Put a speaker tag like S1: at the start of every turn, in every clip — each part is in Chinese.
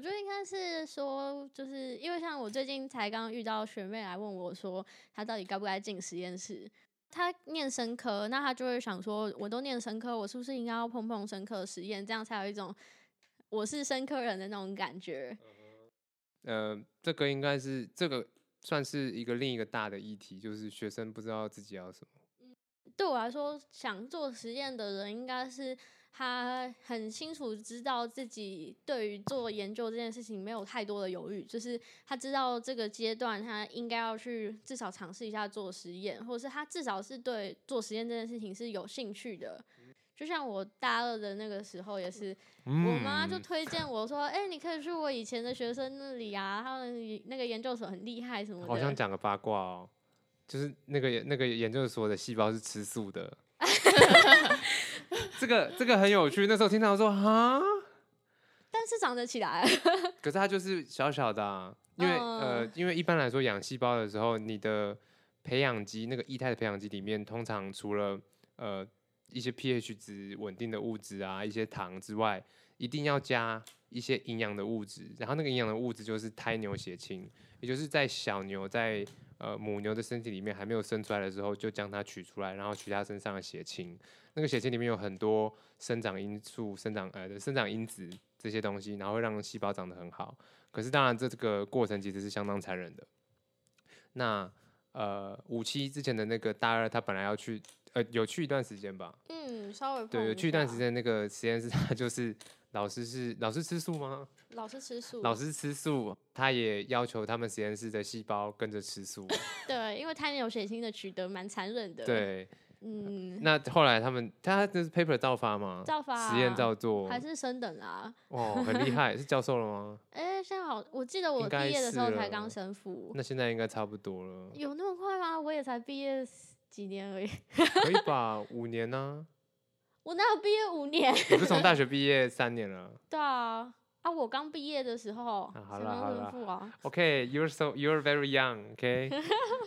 S1: 觉得应该是说，就是因为像我最近才刚遇到学妹来问我说，她到底该不该进实验室？她念生科，那她就会想说，我都念生科，我是不是应该要碰碰生科实验，这样才有一种我是生科人的那种感觉？
S2: 呃，这个应该是这个算是一个另一个大的议题，就是学生不知道自己要什么。
S1: 对我来说，想做实验的人应该是他很清楚知道自己对于做研究这件事情没有太多的犹豫，就是他知道这个阶段他应该要去至少尝试一下做实验，或者是他至少是对做实验这件事情是有兴趣的。就像我大二的那个时候也是，我妈
S2: 嗯
S1: 就推荐我说：“哎、你可以去我以前的学生那里啊，他们那个研究所很厉害什么的。”
S2: 好像讲个八卦哦，就是那个那个研究所的细胞是吃素的。 这个这个很有趣，那时候听到说哈，
S1: 但是长得起 来。
S2: 可是它就是小小的、啊，因为、呃
S1: 嗯，
S2: 因为一般来说养细胞的时候，你的培养基那个液态的培养基里面，通常除了呃一些 pH 值稳定的物质啊，一些糖之外，一定要加一些营养的物质，然后那个营养的物质就是胎牛血清，也就是在小牛在呃母牛的身体里面还没有生出来的时候，就将它取出来，然后取它身上的血清。那个血清里面有很多生长因素、生长呃生长因子这些东西，然后会让细胞长得很好。可是当然，这这个过程其实是相当残忍的。那呃，五七之前的那个大二，他本来要去呃有去一段时间吧，
S1: 嗯，稍微碰
S2: 对，哦有去一啊段
S1: 下
S2: 时间那个实验室，他就是老师是老师吃素吗？
S1: 老是吃素，
S2: 老师吃素，他也要求他们实验室的细胞跟着吃 素。
S1: 对，因为他有血清的取得蛮残忍的。，
S2: 对，
S1: 嗯，
S2: 那后来他们他这是 paper 造发啊吗？
S1: 造法
S2: 实验照做，
S1: 还是升等啊？
S2: 哦，很厉害，是教授了吗？
S1: 哎、现在好，我记得我
S2: 应
S1: 毕
S2: 该
S1: 业的时候
S2: 是
S1: 才
S2: 了
S1: 刚升副，，
S2: 那现在应该差不多了
S1: 有那么快吗？我也才毕业几年而已，
S2: 可以吧？五年呢、
S1: 我哪有毕业五年？
S2: 我是从大学毕业三年了。
S1: 对啊，啊，我刚毕业的时候
S2: 啊好
S1: 才
S2: 啦好
S1: 刚升
S2: 啦
S1: 副啊。
S2: OK，you're、so you're very young。OK，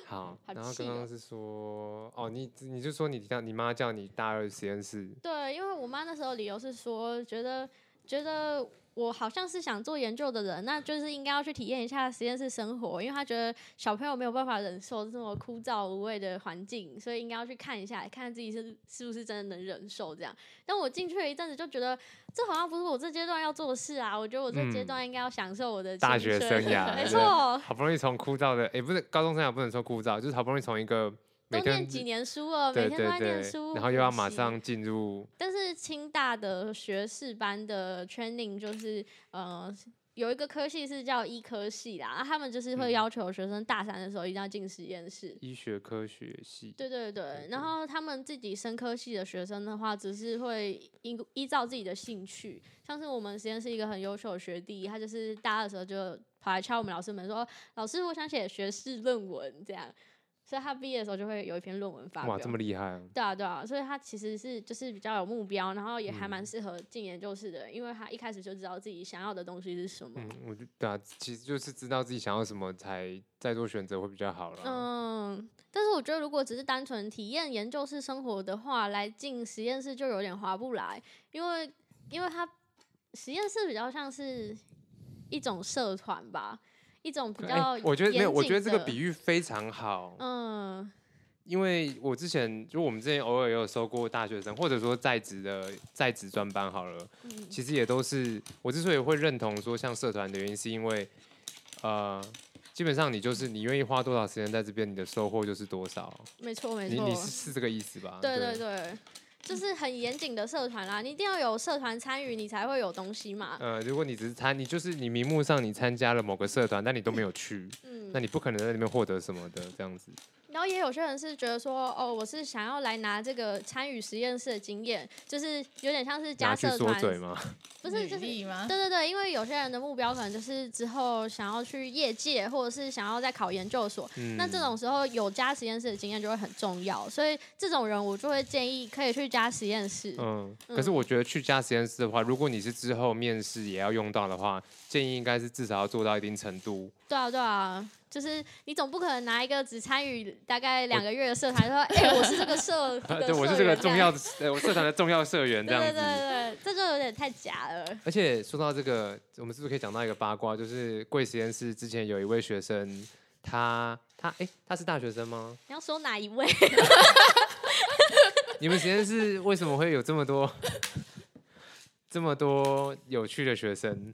S2: 好。
S1: 好
S2: 然后
S1: 气
S2: 刚刚
S1: 哦
S2: 是说，哦，你你就说你叫你妈叫你大二实验室，
S1: 对，因为我妈那时候理由是说，觉得觉得我好像是想做研究的人，那就是应该要去体验一下实验室生活，因为她觉得小朋友没有办法忍受这么枯燥无味的环境，所以应该要去看一下，看看自己是是不是真的能忍受这样。但我进去了一阵子，就觉得这好像不是我这阶段要做的事啊，我觉得我这阶
S2: 嗯
S1: 段应该要享受我的
S2: 大
S1: 青
S2: 学
S1: 春
S2: 生涯
S1: 没
S2: 对
S1: 错。
S2: 好不容易从枯燥的，也、不是高中生涯不能说枯燥，就是好不容易从一个
S1: 都
S2: 每
S1: 念
S2: 天
S1: 几年书了，每
S2: 对
S1: 天都在
S2: 对
S1: 念
S2: 对
S1: 书，，
S2: 然后又要
S1: 补
S2: 马
S1: 习
S2: 上进入，
S1: 但是清大的学士班的 training 就是呃。有一个科系是叫医科系啦，啊他们就是
S2: 嗯
S1: 会要求学生大三的时候一定要进实验室。
S2: 医学科学系，
S1: 对对对，然后他们自己升科系的学生的话，只是会依依照自己的兴趣，像是我们实验室一个很优秀的学弟，他就是大二的时候就跑来敲我们老师门说：“老师，我想写学士论文。”这样，所以他毕业的时候就会有一篇论文发表。
S2: 哇，这么厉害啊！
S1: 对啊，对啊，所以他其实是就是比较有目标，然后也还
S2: 嗯
S1: 蛮适合进研究室的人，因为他一开始就知道自己想要的东西是什么
S2: 嗯。，我就对啊，其实就是知道自己想要什么，才再做选择会比较好啦。
S1: 嗯，但是我觉得如果只是单纯体验研究室生活的话，来进实验室就有点划不来，因为因为他实验室比较像是一种社团吧，一种比
S2: 哎
S1: 较、
S2: 我觉得没有，我觉得这个比
S1: 喻，
S2: 喻非常好。
S1: 嗯
S2: 因为我之前就我们之前偶尔也有收过大学生，或者说在职的在职专班好了，
S1: 嗯
S2: 其实也都是我之所以会认同说像社团的原因，是因为呃，基本上你就是你愿意花多少时间在这边，你的收获就是多少。
S1: 没错没
S2: 你
S1: 错，
S2: 你是是这个意思吧？
S1: 对对对，就是很严谨的社团啊啦，你一定要有社团参与，你才会有东西嘛。
S2: 呃，如果你只是参，你就是你名目上你参加了某个社团，但你都没有去，
S1: 嗯
S2: 那，你不可能在里面获得什么的这样子。
S1: 然后也有些人是觉得说，哦，我是想要来拿这个参与实验室的经验，就是有点像是加
S2: 拿去
S1: 社
S2: 说
S1: 团，
S2: 嘴吗？
S1: 不是
S3: 履
S1: 就是。
S3: 历吗
S1: 对？对对，因为有些人的目标可能就是之后想要去业界，或者是想要再考研究所，
S2: 嗯，
S1: 那这种时候有加实验室的经验就会很重要，所以这种人我就会建议可以去加实验室。
S2: 嗯，可是我觉得去加实验室的话，如果你是之后面试也要用到的话，建议应该是至少要做到一定程度，
S1: 对啊对啊，就是你总不可能拿一个只参与大概两个月的社团说，哎、我是这个 社的社员，
S2: 对，我是这个重要
S1: 的，
S2: 的，呃，我社团的重要社员这
S1: 对
S2: 样
S1: 对对
S2: 子。
S1: 对，这就有点太假了。
S2: 而且说到这个，我们是不是可以讲到一个八卦？就是贵实验室之前有一位学生，他他哎、他是大学生吗？
S1: 你要说哪一位？
S2: 你们实验室为什么会有这么多 这么多有趣的学生？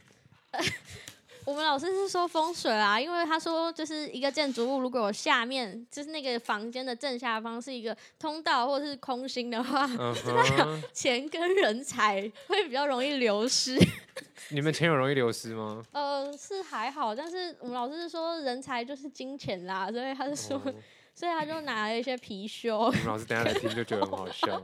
S1: 我们老师是说风水啊，因为他说就是一个建筑物，如果有下面就是那个房间的正下方是一个通道或是空心的话，
S2: 嗯哼，
S1: 钱跟人才会比较容易流失。
S2: 你们钱有容易流失吗？
S1: 呃，是还好，但是我们老师是说人才就是金钱啦，所以他 就说，
S2: 哦
S1: 所以他就拿了一些貔貅
S2: 你，们老师等一下来听就觉得很好 笑。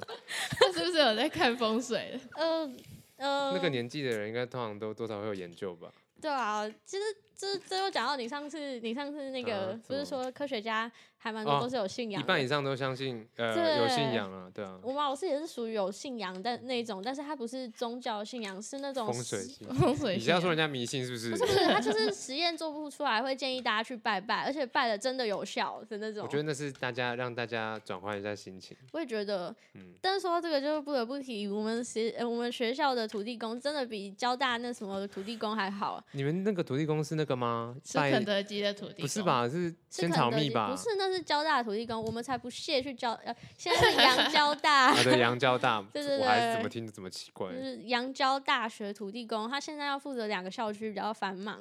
S3: 他是不是有在看风水 的？
S1: 呃呃，
S2: 那个年纪的人应该通常都多少会有研究吧？
S1: 对啊，其实这这又讲到你上次，你上次那个、
S2: 啊
S1: 不是
S2: 怎么
S1: 说科学家还蛮多
S2: 哦
S1: 都是有信
S2: 一
S1: 仰的，
S2: 半以上都相信，呃，
S1: 对
S2: 有信仰啊，对啊，
S1: 我们老师也是属于有信仰但那一种，但是他不是宗教信仰，是那种
S2: 风水
S1: 实
S2: 信。
S3: 风
S1: 啊
S3: 水
S2: 你
S3: 学
S2: 是要说人家迷信是不是？
S1: 不是他就是实验做不出来，会建议大家去拜拜，而且拜了真的有效的那种。
S2: 我觉得那是大家让大家转换一下心情。
S1: 我也觉得，
S2: 嗯
S1: 但是说到这个，就不得不提我们学、呃我们学校的土地公真的比交大那什么土地公还好，
S2: 你们那个土地公是那个吗？
S3: 是
S2: 拜
S3: 肯德基的土地公，
S2: 不是？吧？是
S1: 是
S2: 仙
S1: 肯
S2: 草
S1: 德
S2: 蜜
S1: 基
S2: 吧？
S1: 不是， 那是交大的土地公，我们才不屑去交呃，现在是 阳交大。
S2: 啊，对，杨交大，
S1: 对对
S2: 我还是怎
S1: 对
S2: 么听都怎么奇怪
S1: 就。是阳交大学土地公，他现在要负责两个校区，比较繁忙。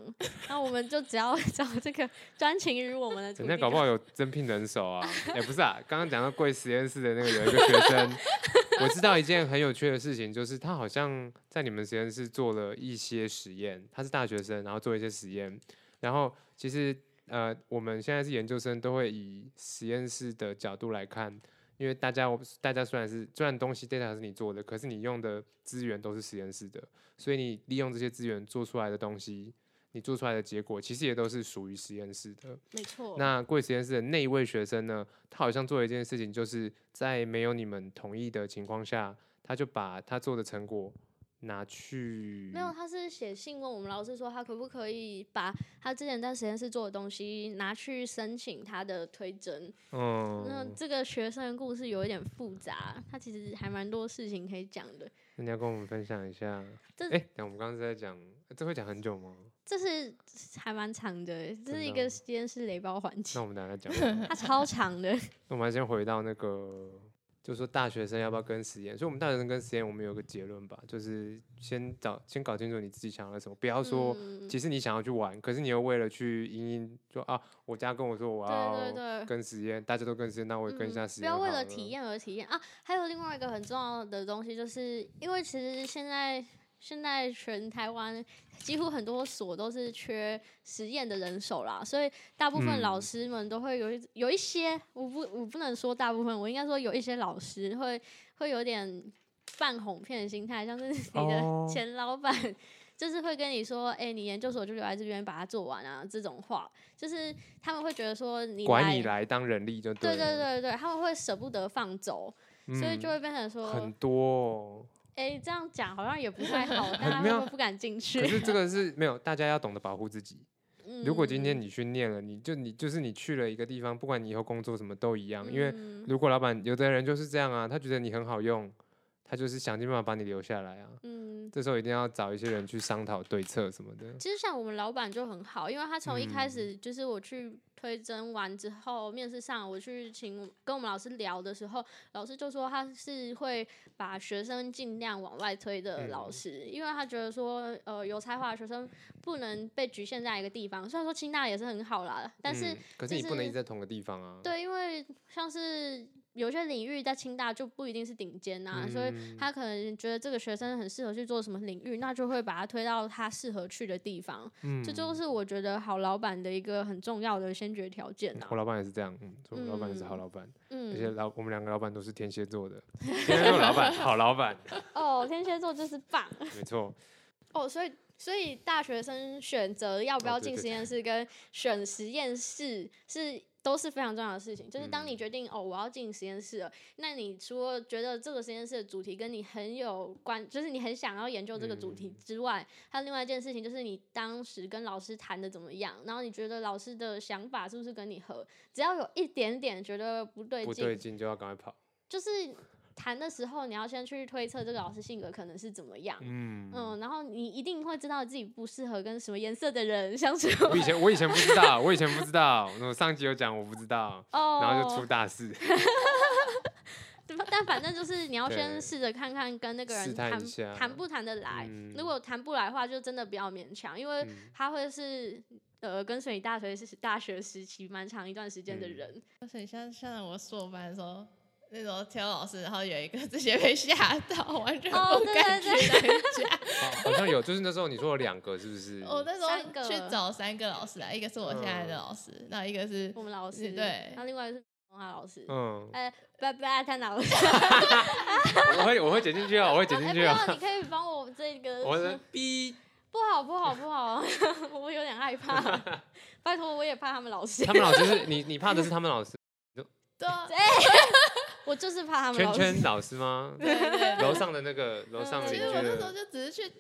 S1: 那我们就只要 找这个专情于我们 的土
S2: 人
S1: 地
S2: 家搞不
S1: 公。
S2: 好有增聘人手啊！哎，不是啊，刚刚讲到贵实验室的那个有一个学生，我知道一件很有趣的事情，就是他好像在你们实验室做了一些实验，他是大学生，然后做一些实验，然后其实呃，我们现在是研究生，都会以实验室的角度来看，因为大家大家虽然是虽然东西 data 是你做的，可是你用的资源都是实验室的，所以你利用这些资源做出来的东西，你做出来的结果其实也都是属于实验室的。
S1: 没错，
S2: 那贵实验室的那一位学生呢，他好像做了一件事情，就是在没有你们同意的情况下，他就把他做的成果拿去
S1: 没有，他是写信问我们老师说，他可不可以把他之前在实验室做的东西拿去申请他的推甄。那
S2: 嗯，
S1: 这个学生的故事有一点复杂，他其实还蛮多事情可以讲的。
S2: 那你要跟我们分享一下？
S1: 这
S2: 哎、等我们刚刚是在讲，这会讲很久吗？
S1: 这是还蛮长的，这是一
S2: 真的
S1: 个
S2: 哦
S1: 实验室雷包环节
S2: 那，我们等一下讲好了。
S1: 它超长 的。
S2: 那我们还先回到那个，就说大学生要不要跟实验？所以我们大学生跟实验，我们有个结论吧，就是先找先搞清楚你自己想要什么，不要说。
S1: 嗯
S2: 其实你想要去玩，可是你又为了去因因说啊，我家跟我说我要
S1: 对对对
S2: 跟实验，大家都跟实验，那我也跟一下
S1: 嗯
S2: 实
S1: 不
S2: 验、
S1: 要为了体，验而体验啊！还有另外一个很重要的东西，就是因为其实现在现在全台湾几乎很多所都是缺实验的人手啦，所以大部分老
S2: 嗯
S1: 师们都会有一有一些，我不我不能说大部分，我应该说有一些老师会会有点半哄骗的心态，像 是你
S2: 哦
S1: 的前老板。就是会跟你说，哎、你研究所就留在这边把它做完啊，这种话，就是他们会觉得说你
S2: 管你来当人力就
S1: 对
S2: 对
S1: 对对对，他们会舍不得放走，
S2: 对
S1: 所以就会变成说，
S2: 很多、哦。
S1: 哎、这样讲好像也不太 好，大家
S2: 没
S1: 会
S2: 有啊
S1: 不会不敢进
S2: 可
S1: 去？
S2: 是这个是没有，大家要懂得保护自己。如果今天
S1: 你
S2: 你去念了，你就你就是你去了一个地方，不管你以后工作什么都
S1: 嗯
S2: 一样，因为如果老板有的人就是这样啊，他觉得你很好用，他就是想尽办法把你留下来啊。
S1: 嗯，
S2: 这时候一定要找一些人去商讨对策什么的。
S1: 其实像我们老板就很好，因为他从一开
S2: 嗯
S1: 始就是我去推甄完之后，面试上我去请跟我们老师聊的时候，老师就说他是会把学生尽量往外推的老
S2: 嗯
S1: 师，因为他觉得说，呃，有才华的学生不能被局限在一个地方。虽然说清大也是很好啦，但是、
S2: 嗯可是你不能
S1: 是
S2: 一直在同个地方啊。
S1: 对，因为像是有些领域在清大就不一定是顶尖呐、所以
S2: 嗯
S1: 他可能觉得这个学生很适合去做什么领域，那就会把他推到他适合去的地方。
S2: 嗯
S1: 这就是我觉得好老板的一个很重要的先决条件呐、
S2: 我老板也是这样，嗯，所以我老板也是好
S1: 嗯
S2: 老板，而且
S1: 嗯，
S2: 老我们两个老板都是天蝎座的，天蝎座老板好老板，
S1: 哦，天蝎座就是棒
S2: 没错。
S1: 哦，所以所以大学生选择要不
S2: 哦
S1: 要
S2: 对
S1: 进
S2: 对
S1: 实验室跟选实验室是都是非常重要的事情。就是当你
S2: 嗯
S1: 决定、哦我要进实验室了，那你除了觉得这个实验室的主题跟你很有关，就是你很想要研究这个主
S2: 嗯
S1: 题之外，还有另外一件事情就是你当时跟老师谈的怎么样，然后你觉得老师的想法是不是跟你合？只要有一点点觉得不对
S2: 不
S1: 劲，
S2: 对劲就要赶快跑。
S1: 就是谈的时候你要先去推测这个老师性格可能是怎么样。
S2: 嗯，
S1: 嗯，然后你一定会知道自己不适合跟什么颜色的人 相 处。
S2: 我以前我以前不知道，我以前不知道，我上集有讲我不知道，
S1: 哦，
S2: 然后就出大 事，
S1: 对吧但反正就是你要先
S2: 对
S1: 试着看看跟那个
S2: 试
S1: 人
S2: 探一
S1: 谈
S2: 下
S1: 谈不谈得来。
S2: 嗯
S1: 如果谈不来的话，就真的不要勉强，因为
S2: 嗯
S1: 他会是呃跟随你大学是大学时期蛮长一段时间的
S2: 嗯
S1: 人。
S3: 所以像像我硕班的时候，那时候挑老师，然后有一个 直接被吓到，完全
S1: 哦
S3: 不
S1: 对
S3: 敢去
S1: 对
S3: 参 加。
S2: 好好像有，就是那时候你说有两个是不是？
S3: 我那时
S1: 三个
S3: 候去找三个老师啊，一个是我现
S2: 嗯
S3: 在的老师，那一个是
S1: 我们老师
S3: 嗯对
S1: 然后另外是文化老师，
S2: 嗯，
S1: 呃，拜拜，他老师，
S2: 我会我会剪进去啊，我会剪
S1: 哎，
S2: 进
S1: 不
S2: 去
S1: 要
S2: 啊，，
S1: 你可以帮我这个
S2: 我
S1: 是
S2: 的逼，
S1: 不好，不好，不好， 我有点害 怕。拜托，我也怕他们老师
S2: 他。们老师是你你怕的是他们老师，
S3: 对啊
S1: 我就是怕他们
S2: 圈
S1: 老师。
S2: 圈老师吗？
S3: 对对对
S2: 楼上的那个楼上
S1: 嗯
S2: 邻
S3: 其
S2: 居
S3: 实我那时候
S2: 的，
S3: 就只是去，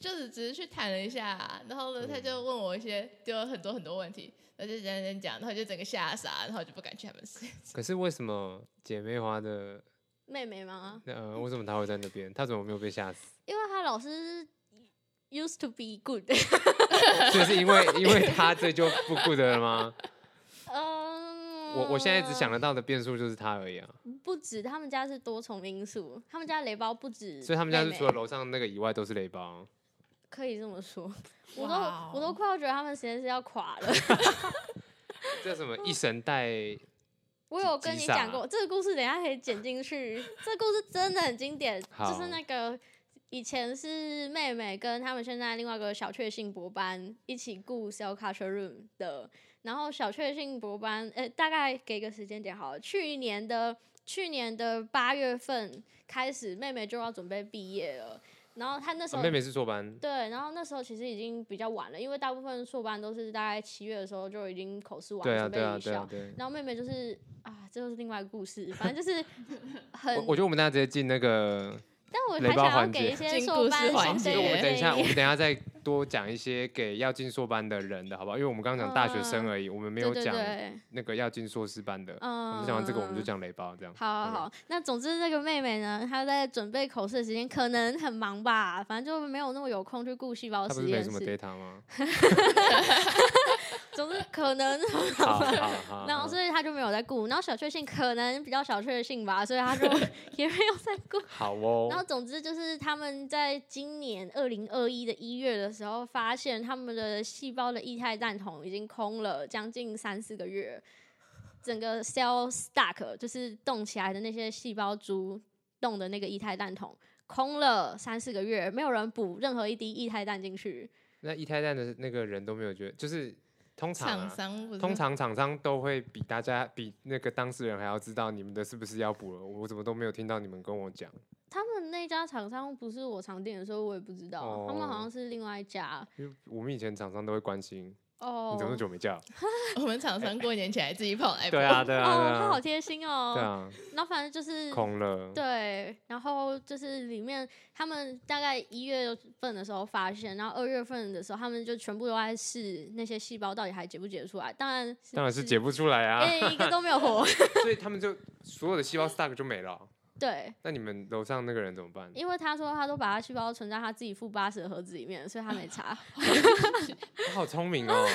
S3: 就是只是去谈了一下，啊然后呢，他就
S2: 嗯
S3: 问我一些丢了很多很多问题，我就讲讲讲，然后就整个吓傻，然后就不敢去他们 实验室。
S2: 可是为什么姐妹花的
S1: 妹妹吗？
S2: 呃为什么她会在那边？她怎么没有被吓死？
S1: 因为他老师 used to be good，
S2: 就是因为因为她这就不顾得了吗？
S1: 嗯，
S2: 我我现在只想得到的变数就是她而已啊，
S1: 不止他们家是多重因素，他们家雷包不止，
S2: 所以他们家是除了楼上那个以外都是雷包。
S1: 可以这么说，我都
S3: 哇哦
S1: 我都快要觉得他们实验室要垮了。
S2: 这什么一神带？
S1: 嗯我有跟
S2: 急
S1: 你
S2: 啥
S1: 讲过这个故事，等一下可以剪进去。这故事真的很经典，
S2: 好
S1: 就是那个以前是妹妹跟他们现在另外一个小确幸博班一起雇 Cell Culture Room 的，然后小确幸博班，呃，大概给个时间点好了，去年的去年的八月份开始，妹妹就要准备毕业了，然后她那时
S2: 啊
S1: 候、
S2: 妹妹是硕班，
S1: 对，然后那时候其实已经比较晚了，因为大部分硕班都是大概七月的时候就已经口试完，
S2: 对啊
S1: 准备
S2: 对啊
S1: 离
S2: 对
S1: 校
S2: 啊。对。
S1: 然后妹妹就是啊，这就是另外一个故事，反正就是很
S2: 我，我觉得我们大家直接进那个，
S1: 但我
S2: 雷
S1: 还
S2: 包
S1: 想要
S2: 环
S1: 给
S2: 节
S1: 一些
S3: 进
S1: 硕
S3: 故事
S1: 班
S3: 环
S1: 新
S3: 节
S2: 因为我们
S1: 的
S2: 等一下，
S1: 建
S2: 我
S1: 议。
S2: 们等一下再多讲一些给要进硕班的人的好不好？因为我们刚刚讲大学生而已，我们没
S1: 嗯对
S2: 有
S1: 对
S2: 讲
S1: 对，
S2: 那个要进硕士班的。我
S1: 嗯，
S2: 们讲完这个，我们就。讲雷包这样。
S1: 好好好，那总之这个妹妹呢，她在准备口试的时间可能很忙吧，反正就没有那么有空去顾细胞
S2: 他不
S1: 实
S2: 是没
S1: 验
S2: 什么
S1: 室。
S2: data 吗？
S1: 总之可 能
S2: 好好好。
S1: 然后所以他就没有在顾，然后小确幸可能比较小确幸吧，所以他就 也没有在顾。
S2: 好哦
S1: 然。后总之就是他们在今年二零二一的一月的时候，发现他们的细胞的液态氮桶已经空了将近三四个月，整个 cell stack 就是动起来的那些细胞株动的那个液态氮桶空了三四个月，没有人补任何一滴液态氮进去。
S2: 那一胎蛋的那个人都没有觉得，就是通常
S3: 厂
S2: 啊、
S3: 商不是
S2: 通常厂商都会比大家比那个当事人还要知道你们的是不是要补了。我怎么都没有听到你们跟我讲，
S1: 他们那家厂商不是我常订的，所以我也不知道。他们好
S2: 哦
S1: 像是另外一家
S2: 因为我们以前厂商都会关心
S1: 哦。
S2: 你怎么那么啊久没叫。
S3: 我们厂商过年前还自己跑 来
S2: 对啊，对啊，
S1: 哦，他好
S2: 对
S1: 贴心
S2: 啊，
S1: 哦。
S2: 对啊，
S1: 然后反正就是
S2: 空了。
S1: 对，然后就是里面他们大概一月份的时候发现，然后二月份的时候他们就全部都在试那些细胞到底还解不解得出来，当然是
S2: 当然是解不出来啊，
S1: 哎、一个都没有 活。
S2: 所以他们就所有的细胞 stack 就没了。
S1: 对，那
S2: 那你们楼上那个人怎么办？
S1: 因为他说他都把他细胞存在他自己负八十的盒子里面，所以他没查。
S2: 他好聪明哦，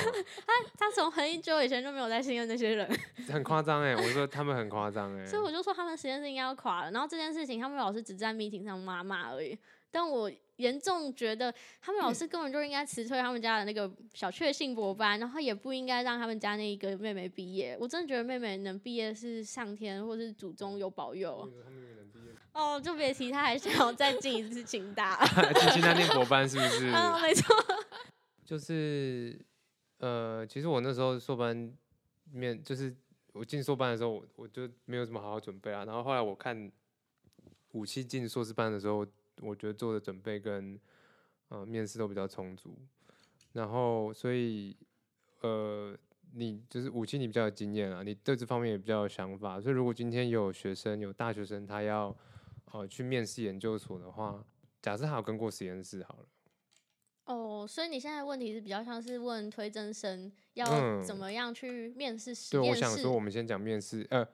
S1: 他从很久以前就没有在信任那些人，
S2: 很夸张哎！我说他们很夸张哎，
S1: 所以我就说他们实验室应该要垮了。然后这件事情，他们老师只在 meeting 上骂骂而已。但我严重觉得，他们老
S2: 嗯
S1: 师根本就应该辞退他们家的那个小确幸博班，然后也不应该让他们家那一个妹妹毕业。我真的觉得妹妹能毕业是上天或是祖宗有保佑
S2: 嗯
S1: 哦，就别提他还想要再进一次清 大。
S2: 进清大念博班是不是？
S1: 嗯，没错。
S2: 就是呃，其实我那时候硕班面，就是我进硕班的时候，我我就没有什么好好准备啊。然后后来我看武器进硕士班的时候，我觉得做的准备跟呃，面试都比较充足。然后，所以呃，你就是武器你比较有经验啊，你对这方面也比较有想法，所以如果今天有学生有大学生他要呃去面试研究所的话，假设他有跟过实验室好了，
S1: 哦，所以你现在的问题是比较像是问推甄生要
S2: 嗯
S1: 怎么样去面试实
S2: 对，我
S1: 验
S2: 想
S1: 室，
S2: 说我们先讲面试，呃，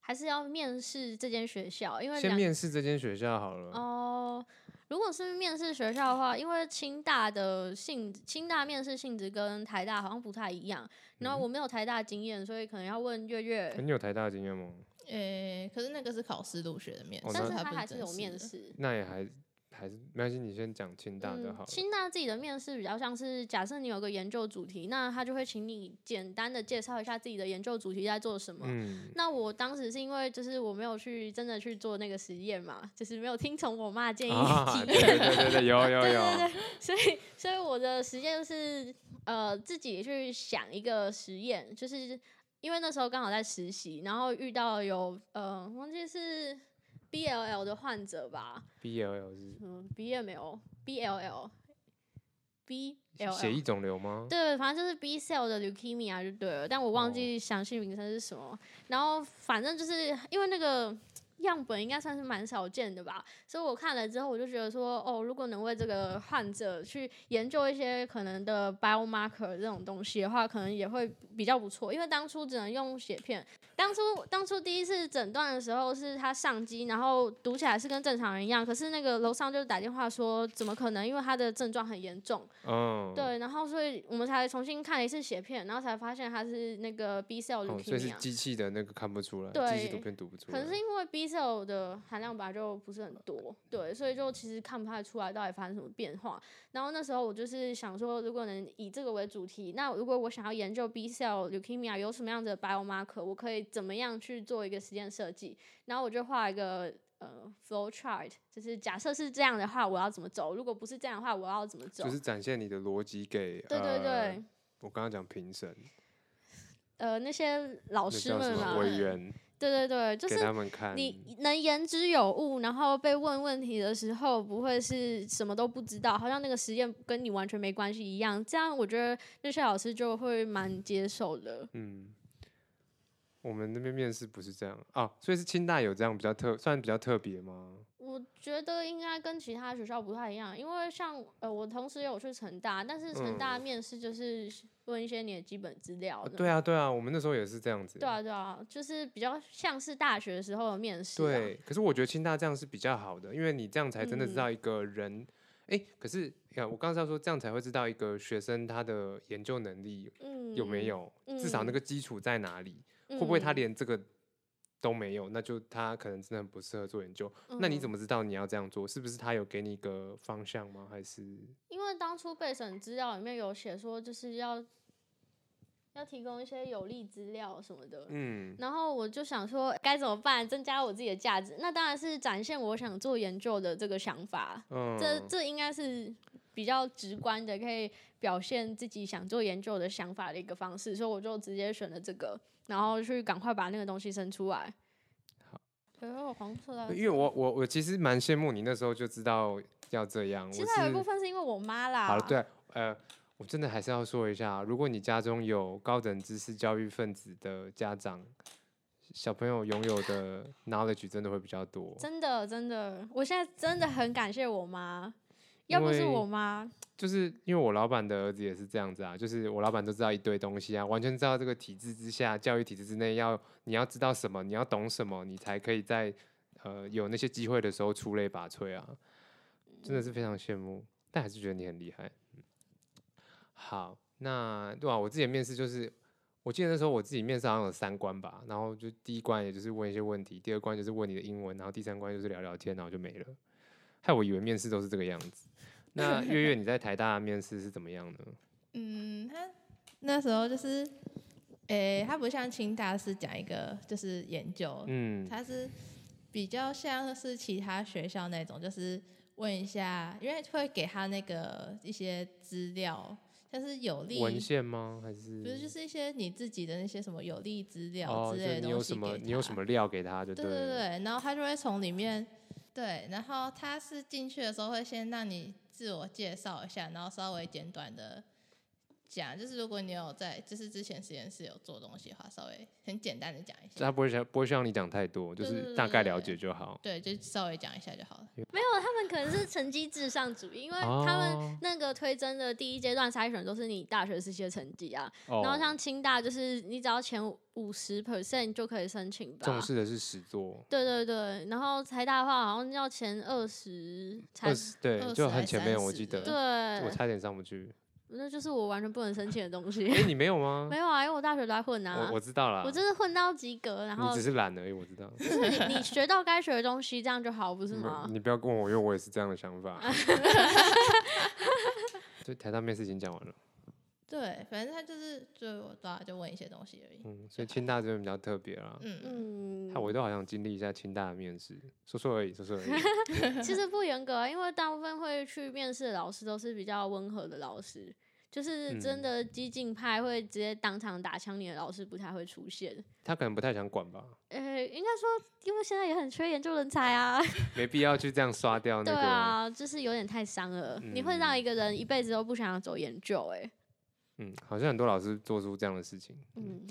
S1: 还是要面试这间学校？因为
S2: 先
S1: 两
S2: 面试这间学校好了。
S1: 哦，如果是面试学校的话，因为清大的性质，清大面试性质跟台大好像不太一样。然
S2: 嗯
S1: 后我没有台大经验，所以可能要问月
S2: 欸
S1: 月，
S2: 你有台大经验吗？
S3: 诶、呃可是那个是考试入学的面试，
S2: 哦
S1: 但
S2: 那
S1: 是
S3: 它
S1: 他
S3: 不
S1: 还是
S3: 正
S1: 有
S3: 式
S1: 面
S3: 的。
S1: 试。
S2: 那也还还是没关系，你先讲清大就
S1: 嗯
S2: 好，了。
S1: 清大自己的面试比较像是，假设你有个研究主题，那他就会请你简单的介绍一下自己的研究主题在做什么。
S2: 嗯，
S1: 那我当时是因为就是我没有去真的去做那个实验嘛，就是没有听从我妈的建议
S2: 啊，
S1: 去
S2: 对对对对对，有 有有，
S1: 对对对，所以所以我的实验是呃自己去想一个实验，就是因为那时候刚好在实习，然后遇到有呃忘记是 BLL 的患者吧，
S2: BLL 是
S1: 嗯 BML BLL BLL
S2: 血液肿瘤吗？
S1: 对，反正就是 B cell 的 leukemia 就对了，但我忘
S2: 哦
S1: 记详细名称是什么。然后反正就是因为那个样本应该算是蛮少见的吧，所以我看了之后我就觉得说，哦，如果能为这个患者去研究一些可能的 biomarker 这种东西的话，可能也会比较不错。因为当初只能用血片，当初当初第一次诊断的时候是他上机，然后读起来是跟正常人一样，可是那个楼上就打电话说，怎么可能？因为他的症状很严重。
S2: 嗯，
S1: 对，然后所以我们才重新看了一次血片，然后才发现它是那个 B cell
S2: 哦，所以是
S1: leukemia。
S2: 机器的那个看不出来，机器
S1: 对
S2: 图片读不出
S1: 可
S2: 来。
S1: 能是因为 B cell 的含量本来就不是很多，对，所以就其实看不太出来到底发生什么变化。然后那时候我就是想说，如果能以这个为主题，那如果我想要研究 B cell leukemia 有什么样的 biomarker，我可以怎么样去做一个实验设计？然后我就画一个呃 flow chart，就是假设是这样的话，我要怎么走；如果不是这样的话，我要怎么走？
S2: 就是展现你的逻辑给
S1: 对对对。
S2: 呃我刚刚讲评审，
S1: 呃，那些老
S2: 那
S1: 师
S2: 叫
S1: 们
S2: 什
S1: 嘛
S2: 么，委员，
S1: 对对对，就
S2: 给
S1: 是
S2: 他们看。
S1: 你能言之有物，然后被问问题的时候不会是什么都不知道，好像那个实验跟你完全没关系一样。这样我觉得那些老师就会蛮接受的。
S2: 嗯，我们那边面试不是这样啊，所以是清大有这样比较特，算比较特别吗？
S1: 我觉得应该跟其他学校不太一样，因为像呃，我同时也有去成大，但是成大面试就是问一些你的基本资料
S2: 嗯啊
S1: 的。
S2: 对啊，对啊，我们那时候也是这样子。
S1: 对啊，对啊，就是比较像是大学时候的面试、啊。
S2: 对，可是我觉得清大这样是比较好的，因为你这样才
S1: 嗯
S2: 真的知道一个人。哎、可是呀，我刚才说这样才会知道一个学生他的研究能力
S1: 嗯，
S2: 有没有，至少那
S1: 嗯
S2: 个基础在哪里，
S1: 嗯？
S2: 会不会他
S1: 嗯
S2: 连这个都没有，那就他可能真的不适合做研究。那你
S1: 嗯
S2: 怎么知道你要这样做？是不是他有给你一个方向吗？还是
S1: 因为当初备审资料里面有写说，就是要要提供一些有利资料什么的。
S2: 嗯，
S1: 然后我就想说该怎么办，增加我自己的价值。那当然是展现我想做研究的这个想法。
S2: 嗯
S1: 这这应该是比较直观的，可以表现自己想做研究的想法的一个方式，所以我就直接选了这个，然后去赶快把那个东西生出来。
S2: 好，
S1: 可是我黄色的，
S2: 嗯因为我我我其实蛮羡慕你那时候就知道要这样。
S1: 其
S2: 我
S1: 实还有一
S2: 是
S1: 部分是因为我妈啦。
S2: 好了，对，呃，我真的还是要说一下，啊如果你家中有高等知识教育分子的家长，小朋友拥有的 knowledge 真的会比较多。
S1: 真的真的，我现在真的很感谢我妈，要不是
S2: 因为
S1: 我妈，
S2: 就是因为我老板的儿子也是这样子啊，就是我老板都知道一堆东西啊，完全知道这个体制之下，教育体制之内要你要知道什么，你要懂什么，你才可以在呃有那些机会的时候出类拔萃啊，真的是非常羡慕，但还是觉得你很厉害。嗯好，那对啊，我自己的面试就是，我记得那时候我自己面试好像有三关吧，然后就第一关也就是问一些问题，第二关就是问你的英文，然后第三关就是聊聊天，然后就没了，害我以为面试都是这个样子。那月月，你在台大面试是怎么样呢？
S3: 嗯，他那时候就是，诶、他不像清大是讲一个就是研究，
S2: 嗯，
S3: 他是比较像是其他学校那种，就是问一下，因为会给他那个一些资料，像是有利，
S2: 文献吗？还
S3: 不是就是是一些你自己的那些什么有利资料
S2: 哦，
S3: 之
S2: 就
S3: 类
S2: 是
S3: 的
S2: 你有
S3: 东西
S2: 什么
S3: 给
S2: 你有
S3: 他
S2: 什么料给他就
S3: 对
S2: 了
S3: 对对，然后他就会从里面对，然后他是进去的时候会先让你自我介绍一下，然后稍微简短的讲，就是如果你有在就是之前实验室有做东西的话，稍微很简单的讲一
S2: 就他
S3: 下，
S2: 不会想不会希望你讲太多，就
S1: 对
S2: 是
S1: 对
S2: 大概
S3: 对
S2: 了
S3: 对
S2: 解就好。
S3: 对，就稍微讲一下就好了。
S1: 没有，他们可能是成绩至上主义，因为他
S2: 哦
S1: 们那个推甄的第一阶段筛选都是你大学时期的成绩啊，
S2: 哦
S1: 然后像清大就是你只要前五十 percent 就可以申请吧
S2: 重。视的是实作，
S1: 对对对，然后台大的话好像要前二十才
S2: 二十对
S3: 20
S2: 就
S3: 还
S2: 很前面，我
S3: 30
S2: 记得，我
S1: 对，
S2: 差点上不去。
S1: 那就是我完全不能申请的东西。
S2: 哎，你没有吗
S1: 没？有啊，因为我大学都在混啊
S2: 我，我知道啦，
S1: 我真的混到及格，然
S2: 你
S1: 后
S2: 只是懒而已，我知道。
S1: 就是你你学到该学的东西，这样就好，不是
S2: 嗯
S1: 吗？
S2: 你不要跟我，因为我也是这样的想法。 对，台大面试已经讲完了，
S3: 对，反正他就是就对啊，就问一些东西而已。
S2: 嗯，所以清大这边比较特别啦。
S3: 嗯，
S1: 嗯
S2: 害，我都好想经历一下清大的面试，说说而已，说说而已。
S1: 其实不严格啊，因为大部分会去面试的老师都是比较温和的老师，就是真
S2: 嗯
S1: 的激进派会直接当场打枪你的老师不太会出现。
S2: 他可能不太想管吧，
S1: 呃，应该说，因为现在也很缺研究人才啊，
S2: 没必要去这样刷掉那
S1: 对
S2: 个。
S1: 啊，就是有点太伤了。你会让一个人一辈子都不想要走研究、欸，
S2: 嗯，好像很多老师做出这样的事情。
S1: 嗯，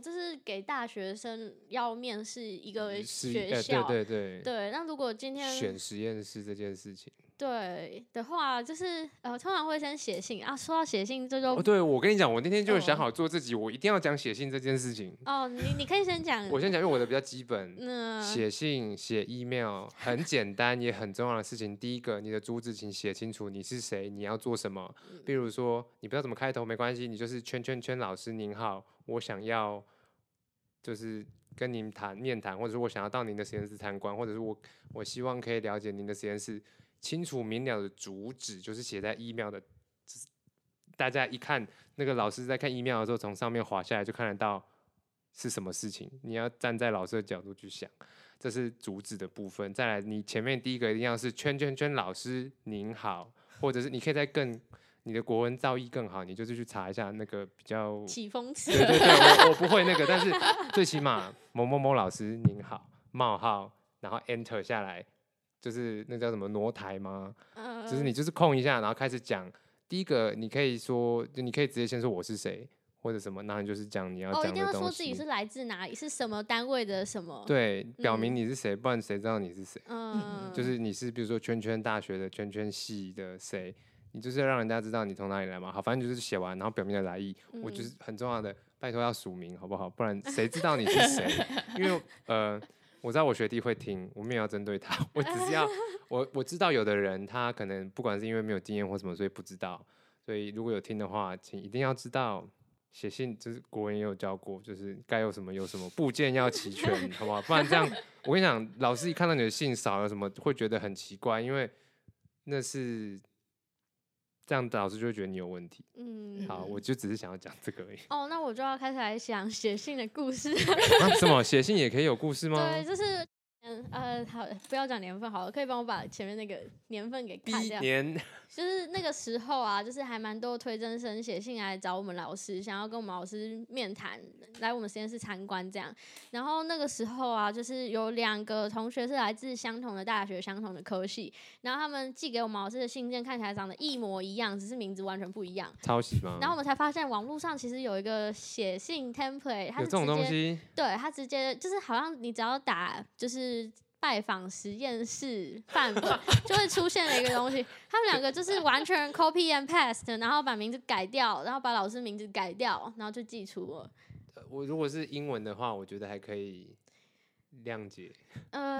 S1: 这是给大学生要面试一个
S2: 是
S1: 学
S2: 呃
S1: 校，
S2: 对对对，
S1: 对。那如果今天
S2: 选实验室这件事情。
S1: 对的话，就是呃，通常会先写信啊。说到写信，这就
S2: 哦，对，我跟你讲，我那天就想
S3: 嗯
S2: 好做自己，我一定要讲写信这件事情。
S1: 哦，你你可以先讲，嗯
S2: 我先讲，因为我的比较基本，
S1: 那
S2: 写信、写 email 很简单也很重要的事情。第一个，你的主旨请写清楚，你是谁，你要做什么。比如说，你不知道怎么开头没关系，你就是圈圈圈老师您好，我想要就是跟您谈面谈，或者是我想要到您的实验室参观，或者是我我希望可以了解您的实验室，清楚明了的主旨就是写在 email 的，就是大家一看那个老师在看 email 的时候，从上面滑下来就看得到是什么事情。你要站在老师的角度去想，这是主旨的部分。再来，你前面第一个一定要是圈圈圈老师您好，或者是你可以再更你的国文造诣更好，你就是去查一下那个比较
S1: 起风词
S2: 对对对，我我不会那个，但是最起码某某某老师您好，冒号，然后 enter 下来，就是那叫什么挪台吗？
S1: 嗯，
S2: 就是你就是空一下，然后开始讲。第一个你可以说，就你可以直接先说我是谁或者什么，然后你就是讲你要
S1: 哦，一
S2: 讲
S1: 定要
S2: 的
S1: 说
S2: 东
S1: 自己
S2: 西
S1: 是。来自哪里，是什么单位的什么，，
S2: 对，表明
S1: 嗯
S2: 你是谁，不然谁知道你是谁？
S1: 嗯，
S2: 就是你是比如说圈圈大学的圈圈系的谁，你就是要让人家知道你从哪里来嘛。好，反正就是写完，然后表明的来意，我就是很重要的，拜托要署名好不好？不然谁知道你是谁？因为呃，我知道我学弟会听，我没有要针对他， 我只是要我我知道有的人他可能不管是因为没有经验或什么，所以不知道。所以如果有听的话，请一定要知道。写信就是国文也有教过，就是该有什么有什么，部件要齐全，好不好？不然这样，我跟你讲，老师一看到你的信少了什么，会觉得很奇怪，因为那是这样，老师就会觉得你有问题。
S1: 嗯，
S2: 好，我就只是想要讲这个 而已。
S1: 哦，那我就要开始来讲写信的故事，
S2: 啊、什么写信也可以有故事吗？
S1: 对，就是。嗯呃，好，不要讲年份好了，可以帮我把前面那个年份给砍掉。
S2: 年
S1: 就是那个时候啊，就是还蛮多推甄生写信来找我们老师，想要跟我们老师面谈，来我们实验室参观这样。然后那个时候啊，就是有两个同学是来自相同的大学、相同的科系，然后他们寄给我们老师的信件看起来长得一模一样，只是名字完全不一样。
S2: 抄袭吗？
S1: 然后我们才发现，网络上其实有一个写信 template，它
S2: 有
S1: 是
S2: 这种
S1: 直
S2: 东
S1: 接
S2: 西，
S1: 对他直接就是好像你只要打就是拜访实验室范本，就会出现了一个东西。他们两个就是完全 copy and paste，然后把名字改掉，然后把老师名字改掉，然后就寄出了。
S2: 呃我如果是英文的话，我觉得还可以谅解。
S1: 呃，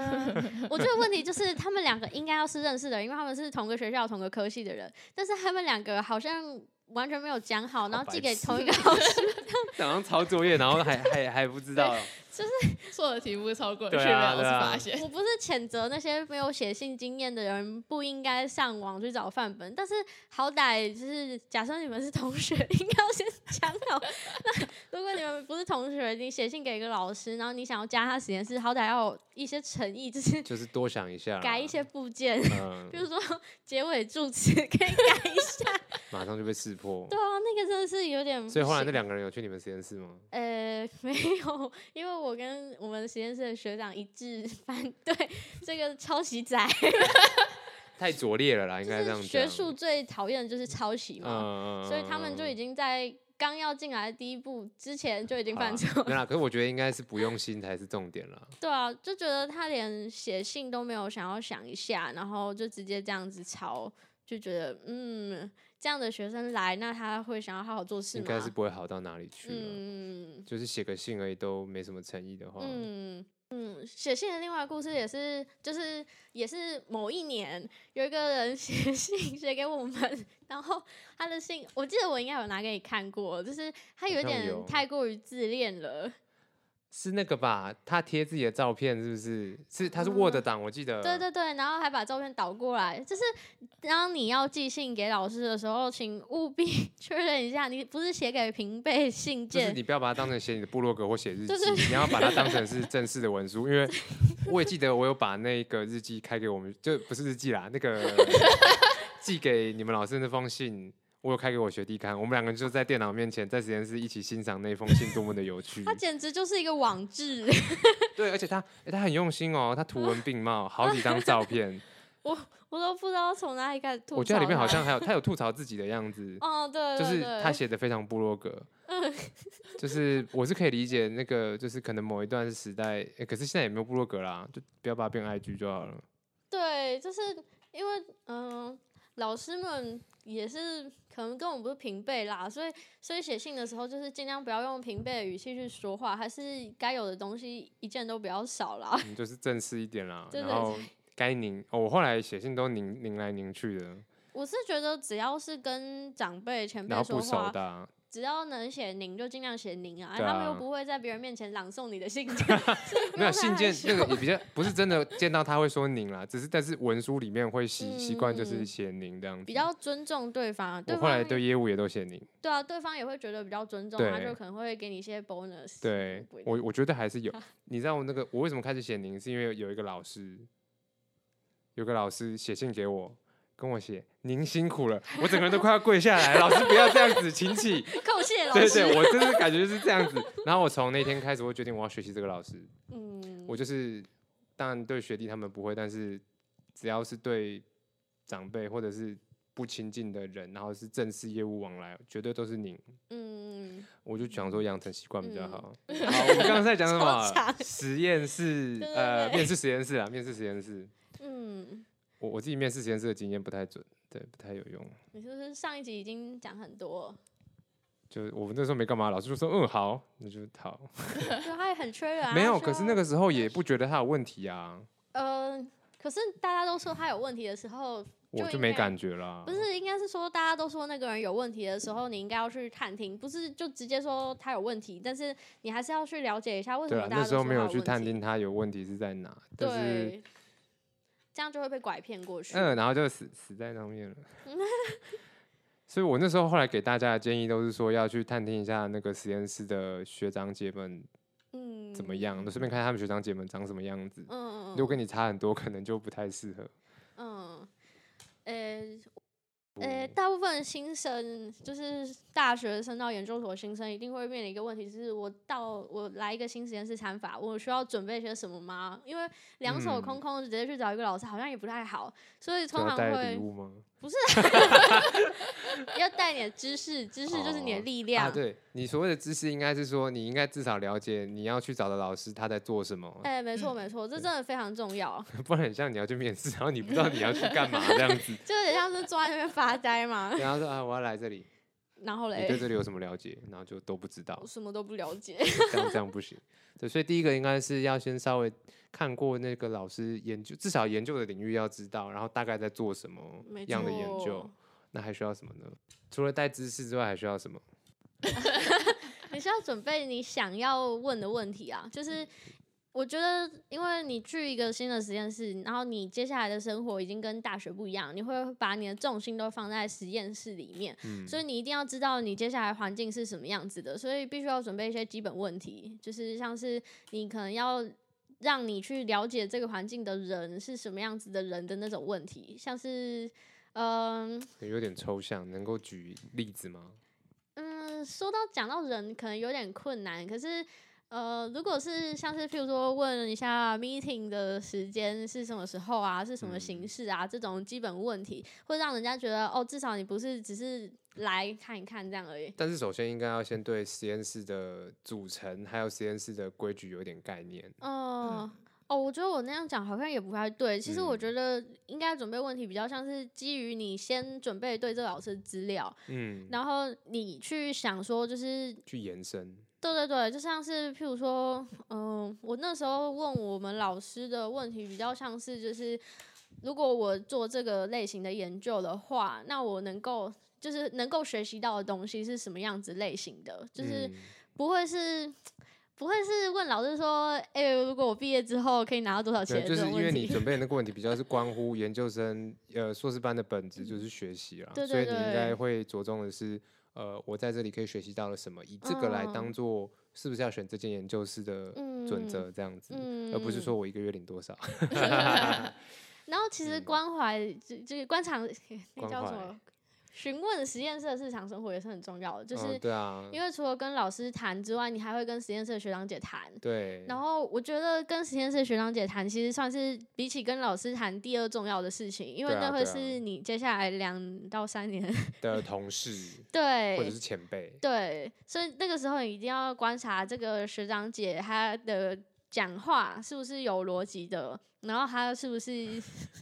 S1: 我觉得问题就是他们两个应该要是认识的人，因为他们是同个学校、同个科系的人，但是他们两个好像。完全没有讲好，然后
S2: 白
S1: 寄给
S2: 痴
S1: 同一个老师，
S2: 早上抄作业，然后还还还不 知道，
S3: 做的题目超过去
S2: 对
S3: 被
S2: 啊
S3: 老师
S2: 对啊
S3: 发现。
S1: 我不是谴责那些没有写信经验的人不应该上网去找范本，但是好歹就是假设你们是同学， 应该要先讲好。那如果你们不是同学，你写信给一个老师，然后你想要加他实验室，好歹要有一些诚意，就是
S2: 就是多想一下啦，
S1: 改一些部件，
S2: 嗯
S1: 比，如说结尾助词可以改一下。
S2: 马上就被识破
S1: 对。啊，那个真的是有点不行。
S2: 所以后来那两个人有去你们实验室吗？
S1: 呃，没有，因为我跟我们实验室的学长一致反对这个抄袭仔。
S2: 太拙劣了啦，应
S1: 就
S2: 该这样
S1: 是
S2: 讲。
S1: 学术最讨厌的就是抄袭
S2: 嗯，
S1: 嘛，
S2: 嗯
S1: 所以他们就已
S2: 经
S1: 经在刚要进来的第一步之前就已经犯错
S2: 没有啦，可是我觉得应该是不用心才是重点啦。
S1: 对啊，就觉得他连写信都没有想要想一下，然后就直接这样子抄，就觉得嗯，这样的学生来，那他会想要好好做事
S2: 应
S1: 吗？
S2: 该是不会好到哪里去了。
S1: 嗯
S2: 就是写个信而已，都没什么诚意的话，
S1: 嗯嗯，写信的另外一个故事也是，就是也是某一年有一个人 写信写给我们，然后他的信，我记得我应该有拿给你看过，就是他有
S2: 好
S1: 一
S2: 像有
S1: 点太过于自恋了。
S2: 是那个吧？他贴自己的照片是不是？是他是 Word 档，我记得。
S1: 嗯对对对，然后还把照片倒过来，就是当你要寄信给老师的时候，请务必 确认一下，你不是写给平辈信
S2: 就是
S1: 件，
S2: 你不要把它当成写你的部落格或写日记，
S1: 对对
S2: 你要把它当成是正式的文书。因为我也记得我有把那个日记开给我们，就不是日记啦，那个寄给你们老师那封信，我有开给我学弟看。我们两个就在电脑面前，在实验室一起欣赏那封信多么的有趣。
S1: 他简直就是一个网志。
S2: 对，而且他、诶他很用心哦，他图文并 茂，好几张照片。
S1: 我都不知道从哪里开始吐槽。
S2: 我记得里面好，像还有他有吐槽自己的样子。
S1: 哦，对
S2: 就
S1: 对
S2: 是
S1: 对，嗯
S2: 他写的非常部 落格，就是我是可以理解那个，就是可能某一段时代，诶可是现在也没有部落格啦，就不要把它变 IG 就好了。
S1: 对，就是因为嗯、老师们也是可能跟我们不是平辈啦，所以所以写信的时候就是尽量不要用平辈的语气去说话，还是该有的东西一件都不要少啦。
S2: 你就是正式一点啦，
S1: 对
S2: 然
S1: 对
S2: 后 该拧哦，我后来写信都拧拧来拧去的，
S1: 我是觉得只要是跟长辈前
S2: 然
S1: 辈
S2: 后
S1: 说
S2: 不熟
S1: 话，
S2: 的 啊、
S1: 只要能写您就尽量写您啊，
S2: 对
S1: 他们又
S2: 啊
S1: 不会在别人面前朗诵你的 信件，所以不
S2: 没
S1: 用太
S2: 有信
S1: 害
S2: 件
S1: 羞
S2: 那个也比较不是真的见到他会说拧啦，只是但是文书里面会习习惯就是
S1: 嗯
S2: 写拧这样子。
S1: 比较尊重对方，啊对
S2: 我
S1: 方
S2: 后来
S1: 也
S2: 对业务也都写拧，
S1: 对啊，对方也会觉得比较尊重，他
S2: 对
S1: 就可能会给你一些 bonus。
S2: 对
S1: 不一定
S2: 我我觉得还是有。你知道我那个我为什么开始写您，是因为有一个老师，有个老师写信给我，跟我写您辛苦了，我整个人都快要跪下来，老师不要这样子，请起。
S1: 叩 谢老
S2: 对
S1: 师。
S2: 对，我真的感觉就是这样子。然后我从那天开始，我决定我要学习这个老师。
S1: 嗯，
S2: 我就是，当然对学弟他们不会，但是只要是对长辈或者是不亲近的人，然后是正式业务往来，绝对都是您。
S1: 嗯，
S2: 我就想说养成习惯比较
S1: 嗯
S2: 好。 好，我们刚刚在讲什
S1: 超
S2: 么
S1: 长？
S2: 实验室，
S1: 对对
S2: 呃，
S1: 对
S2: 面试实验室啊，面试实验室。
S1: 嗯，
S2: 我我自己面试实验室的经验不太准，对，不太有用。
S1: 你是不是上一集已经讲很多？
S2: 就我们那时候没干嘛，老师就说嗯好，那就好。
S1: 对，他也很缺人、啊。
S2: 没有，
S1: 需
S2: 可是
S1: 要
S2: 那个时候也不觉得他有问题啊，
S1: 呃，可是大家都说他有问题的时候，
S2: 我
S1: 就
S2: 就
S1: 应
S2: 没
S1: 该
S2: 感觉啦。
S1: 不是应该是说大家都说那个人有问题的时候，你应该要去探听，不是就直接说他有问题，但是你还是要去了解一下为什
S2: 对
S1: 么
S2: 啊，
S1: 大家
S2: 那
S1: 都
S2: 时候
S1: 说
S2: 没有
S1: 他
S2: 去
S1: 问
S2: 探
S1: 题，
S2: 听他有问题是在哪，但是
S1: 对，这样就会被拐骗过去。
S2: 嗯，然后就死死在上 面了。所以我那时候后来给大家的建议都是说要去探听一下那个实验室的学长姐们
S1: 嗯，
S2: 怎么样，就顺便看他们学长姐们长什么样子。
S1: 嗯？嗯
S2: 如
S1: 嗯
S2: 果跟你差很多，可能就不太适合。
S1: 嗯，呃
S2: 嗯
S1: 呃，大部分新生就是大学生到研究所新生，一定会面临一个问题，就是我到我来一个新实验室参访，我需要准备些什么吗？因为两手
S2: 嗯
S1: 空空直接去找一个老师好像也不太好，所以
S2: 就
S1: 通常
S2: 要带
S1: 会
S2: 礼物吗？
S1: 要带你的知识，知识就是你的
S2: 哦
S1: 力
S2: 啊，
S1: 量。
S2: 对你所谓的知识，应该是说你应该至少了解你要去找的老师他在做什么，
S1: 哎、没错没错，这真的非常重要，
S2: 不然很像你要去面试，然后你不知道你要去干
S1: 。
S2: 嘛这样子
S1: 就有点像是坐在那边发呆嘛。
S2: 然后说啊，我要来这里，
S1: 然后
S2: 你对
S1: 嘞，
S2: 这里有什么了解？然后就都不知道
S1: 我，什么都不了解。
S2: 这样这样不行。对，所以第一个应该是要先稍微看过那个老师研究，至少研究的领域要知道，然后大概在做什么
S1: 没
S2: 样的研究
S1: 错。
S2: 那还需要什么呢？除了带知识之外，还需要什么？
S1: 你是要准备你想要问的问题啊，就是我觉得，因为你去一个新的实验室，然后你接下来的生活已经跟大学不一样，你会把你的重心都放在实验室里面，
S2: 嗯，
S1: 所以你一定要知道你接下来环境是什么样子的，所以必须要准备一些基本问题，就是像是你可能要。让你去了解这个环境的人是什么样子的人的那种问题，像是，嗯、
S2: 有点抽象，能够举例子吗？
S1: 嗯，说到讲到人，可能有点困难。可是，呃，如果是像是譬如说问一下 meeting 的时间是什么时候啊，是什么形
S2: 嗯
S1: 式啊，这种基本问题，会让人家觉得哦，至少你不是只是来看一看这样而已。
S2: 但是首先应该要先对实验室的组成还有实验室的规矩有一点概念。
S1: 嗯，哦，我觉得我那样讲好像也不太对。其实我
S2: 嗯
S1: 觉得应该准备问题比较像是基于你先准备对这个老师的资料，
S2: 嗯，
S1: 然后你去想说，就是
S2: 去延伸。
S1: 对对对，就像是譬如说，嗯，我那时候问我们老师的问题比较像是就是，如果我做这个类型的研究的话，那我能够就是能够学习到的东西是什么样子类型的，就是
S2: 嗯
S1: 不会是。不会是问老师说，哎、如果我毕业之后可以拿到多少
S2: 对，
S1: 钱？
S2: 就是
S1: 这种
S2: 因
S1: 问
S2: 为
S1: 题
S2: 你准备的那个问题比较 是关乎研究生呃硕士班的本质，就是学习啦，
S1: 嗯对
S2: 所以
S1: 对
S2: 你应
S1: 对
S2: 该会着重的是呃我在这里可以学习到了什么，以这个来当
S1: 嗯
S2: 做是不是要选这间研究室的准
S1: 嗯
S2: 则这样子，
S1: 嗯
S2: 而不是说我一个月领多少。
S1: 然后其实
S2: 嗯
S1: 关怀这这个观察， 那
S2: 关
S1: 叫什
S2: 怀
S1: 么？询问实验室的日常生活也是很重要的，就是、
S2: 嗯、对啊，
S1: 因为除了跟老师谈之外，你还会跟实验室的学长姐谈。
S2: 对，
S1: 然后我觉得跟实验室的学长姐谈，其实算是比起跟老师谈第二重要的事情，因为
S2: 对啊
S1: 那会
S2: 对啊
S1: 是你接下来两到三 年，
S2: 的同事或者
S1: 对
S2: 是前辈，
S1: 对，所以那个时候你一定要观察这个学长姐她的讲话是不是有逻辑的，然后她是不是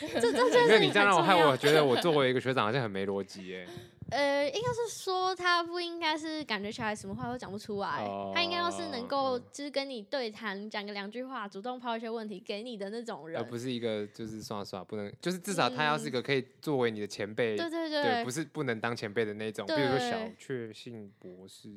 S1: 这 这这
S2: 因
S1: 件事
S2: 为你
S1: 情
S2: 这
S1: 很
S2: 样让我
S1: 重
S2: 害
S1: 要
S2: 我。觉得我 作为一个学长好像很没逻辑耶。
S1: 呃，应该是说他不应该是感觉起来什么话都讲不出来，他应该要是能够
S2: 哦嗯
S1: 就是跟你对谈，讲个两句话，主动抛一些问题给你的那种人
S2: 而。不是一个就是耍耍不能，就是至少他要是一个可以作为你的前
S1: 嗯
S2: 辈，
S1: 对对
S2: 对，
S1: 对，
S2: 不是不能当前辈的那种，比如说小
S1: 对
S2: 确幸博士，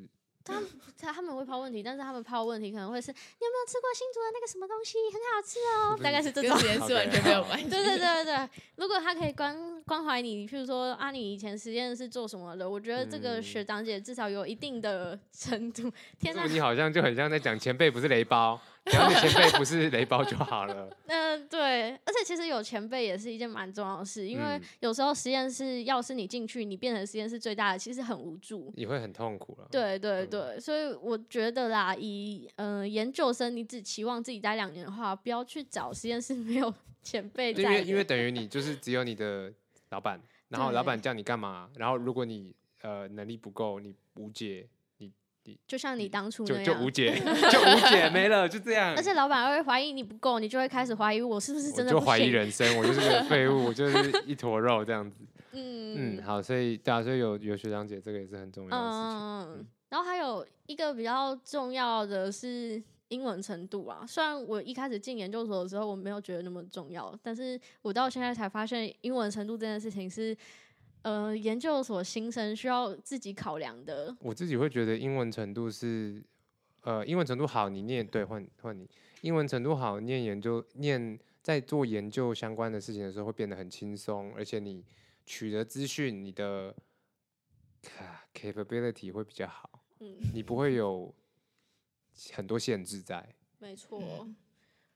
S1: 他他们会抛问题，但是他们抛问题可能会是你有没有吃过新竹的那个什么东西，很好吃哦，大概是这
S3: 跟
S1: 种。
S3: 实验室完全没有关系。
S1: 对对对对对，如果他可以关关怀你，譬如说啊，你以前实验是做什么的，我觉得这个
S2: 嗯
S1: 学长姐至少有一定的程度。天
S2: 这
S1: 哪
S2: 个，你好像就很像在讲前辈不是雷包，只要你前辈不是雷包就好 了。
S1: 嗯、对，而且其实有前辈也是一件蛮重要的事，因为
S2: 嗯
S1: 有时候实验室要是你进去，你变成实验室最大的，其实很无助。
S2: 你会很痛苦了。，
S1: 对对
S2: 嗯
S1: 对，所以我觉得啦，以嗯、呃研究生，你只期望自己待两年的话，不要去找实验室没有 前辈
S2: 因
S1: 在
S2: 为
S1: 的。
S2: 因为等于你就是只有你的老板，然后老板叫你干嘛，然后如果你呃能力不够，你无解，
S1: 就像你当初
S2: 就
S1: 那
S2: 就无
S1: 样，
S2: 解，就无解没了，就这样
S1: 而。且老板会怀疑你不够，你就会开始怀疑我是不是
S2: 嗯我
S1: 真的
S2: 就
S1: 不
S2: 怀疑
S1: 行。
S2: 人生，我就是个废物，我就是一坨肉 这样子。
S1: 嗯
S2: 嗯，好，所以对啊，所以有有学长姐，这个也是很重要的事情。
S1: 嗯，然后还有一个比较重要的是英文程度啊。虽然我一开始进研究所的时候我没有觉得那么重要，但是我到现在才发现，英文程度这件事情是呃研究所新生需要自己考量的。
S2: 我自己会觉得英文程度是，呃，英文程度好，你念对换换你，英文程度好，念研究念在做研究相关的事情的时候会变得很轻松，而且你取得资讯，你的啊 capability 会比较好，
S1: 嗯，
S2: 你不会有很多限制在。
S1: 没错。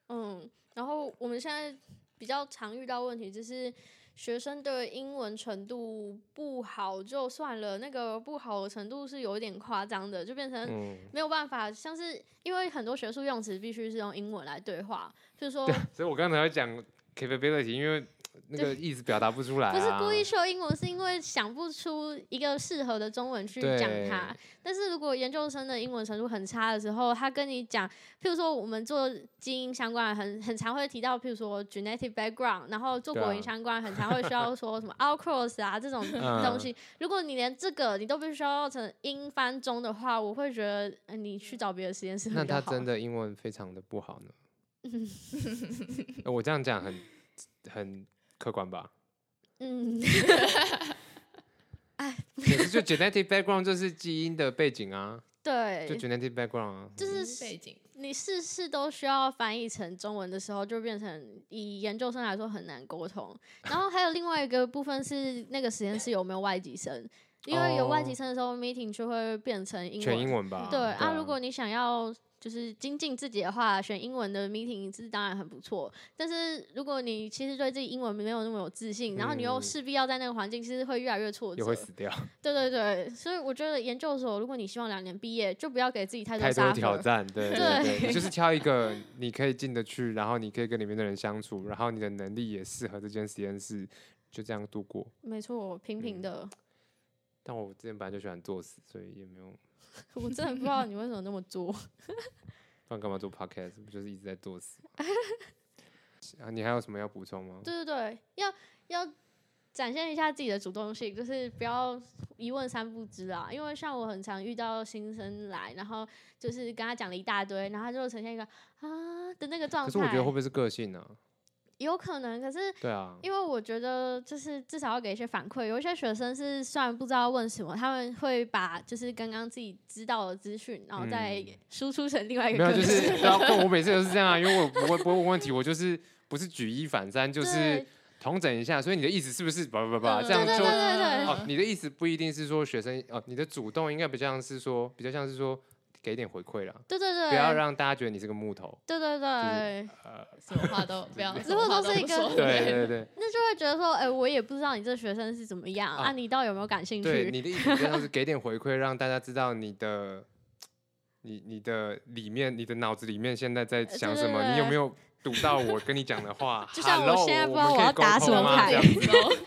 S1: 嗯，然后我们现在比较常遇到问题就是。学生的英文程度不好就算了，那个不好的程度是有一点夸张的，就变成
S2: 嗯，
S1: 没有办法，像是因为很多学术用词必须是用英文来对话，就是说
S2: 所以我刚才要讲 capability，因为那
S1: 对
S2: 个意思表达不出来、啊，
S1: 不是故意秀英文，是因为想不出一个适合的中文去讲它
S2: 对。
S1: 但是如果研究生的英文程度很差的时候，他跟你讲，譬如说我们做基因相关的很很常会提到，譬如说 genetic background，然后做
S2: 对啊
S1: 果蝇相关很常会需要说什么 outcross 啊这种
S2: 嗯
S1: 东西。如果你连这个你都必须要成英翻中的话，我会觉得、呃你去找别的实验室
S2: 那
S1: 比较
S2: 他
S1: 好
S2: 真的英文非常的不好 呢？呃我这样讲很很客观吧？
S1: 嗯。
S2: 可是就 genetic background 就是基因的背景啊，
S1: 对，
S2: 就 genetic background 啊。
S1: 就
S3: 嗯
S1: 是
S3: 背景，
S1: 你事事都需要翻译成中文的时候，就变成以研究生来说很难沟通。然后还有另外一个部分是那个实验室有没有外籍生，因为有外籍
S2: 哦
S1: 生的时候，meeting 就会变成英
S2: 全
S1: 文。
S2: 英文吧？
S1: 对
S2: 啊，
S1: 啊，如果你想要就是精进自己的话，选英文的 meeting 是当然很不错。但是如果你其实对自己英文没有那么有自信，然后你又
S2: 嗯
S1: 势必要在那个环境，其实会越来越挫折
S2: 也。会死掉，
S1: 对对对，所以我觉得研究所，如果你希望两年毕业，就不要给自己太多
S2: 太多
S1: 杀
S2: 挑
S1: 分。
S2: 战，对
S1: 对
S2: 对，你就是挑一个你可以进得去，然后你可以跟里面的人相处，然后你的能力也适合这间实验室，就这样度过。
S1: 没错，平平
S2: 嗯
S1: 的，
S2: 但我之前本来就喜欢作死，所以也没有
S1: 我真的不知道你为什么那么作。
S2: 不然干嘛做 podcast，不就是一直在 作死吗？啊，你还有什么要补充吗？
S1: 对对对，要要展现一下自己的主动性，就是不要一问三不知啊。因为像我很常遇到新生来，然后就是跟他讲了一大堆，然后他就呈现一个啊的那个状
S2: 可
S1: 态。
S2: 是我觉得会不会是个性呢、啊
S1: 有可能，可是
S2: 对啊，
S1: 因为我觉得就是至少要给一些反馈。有一些学生是虽然不知道问什么，他们会把就是刚刚自己知道的资讯，然后再
S2: 嗯
S1: 输出成另外一
S2: 没
S1: 个
S2: 有
S1: 个
S2: 就
S1: 性。
S2: 是，然后但我每次都是这样啊，因为我不会不会问问题，我就是不是举一反三，就是
S1: 对
S2: 统整一下。所以你的意思是不是吧吧吧？
S1: 嗯
S2: 这样
S1: 对
S2: 就
S1: 对对对
S2: 哦，你的意思不一定是说学生哦，你的主动应该比较像是说，比较像是说给一点回馈啦，
S1: 对对对，
S2: 不要让大家觉得你是个木 头。
S1: 对对对，
S3: 什么话都不要，
S1: 对
S3: 什么话
S1: 之后都是一个
S3: 不说
S2: 对对对
S1: 那就会觉得说，哎、我也不知道你这学生是怎么样啊
S2: 啊
S1: 你到底有没有感兴
S2: 对，
S1: 趣？
S2: 你的意思就像是给点回馈，让大家知道你的。你你的里面，你的脑子里面现在在想什么？
S1: 呃对对对
S2: 你有没有读到我跟你讲的话
S1: 就像我
S2: Hello，
S1: 现在不知道
S2: 们
S1: 我
S2: 可以
S1: 要
S2: 沟
S1: 打什
S2: 通
S1: 么
S2: 吗
S1: 牌
S2: 这样
S3: 这样子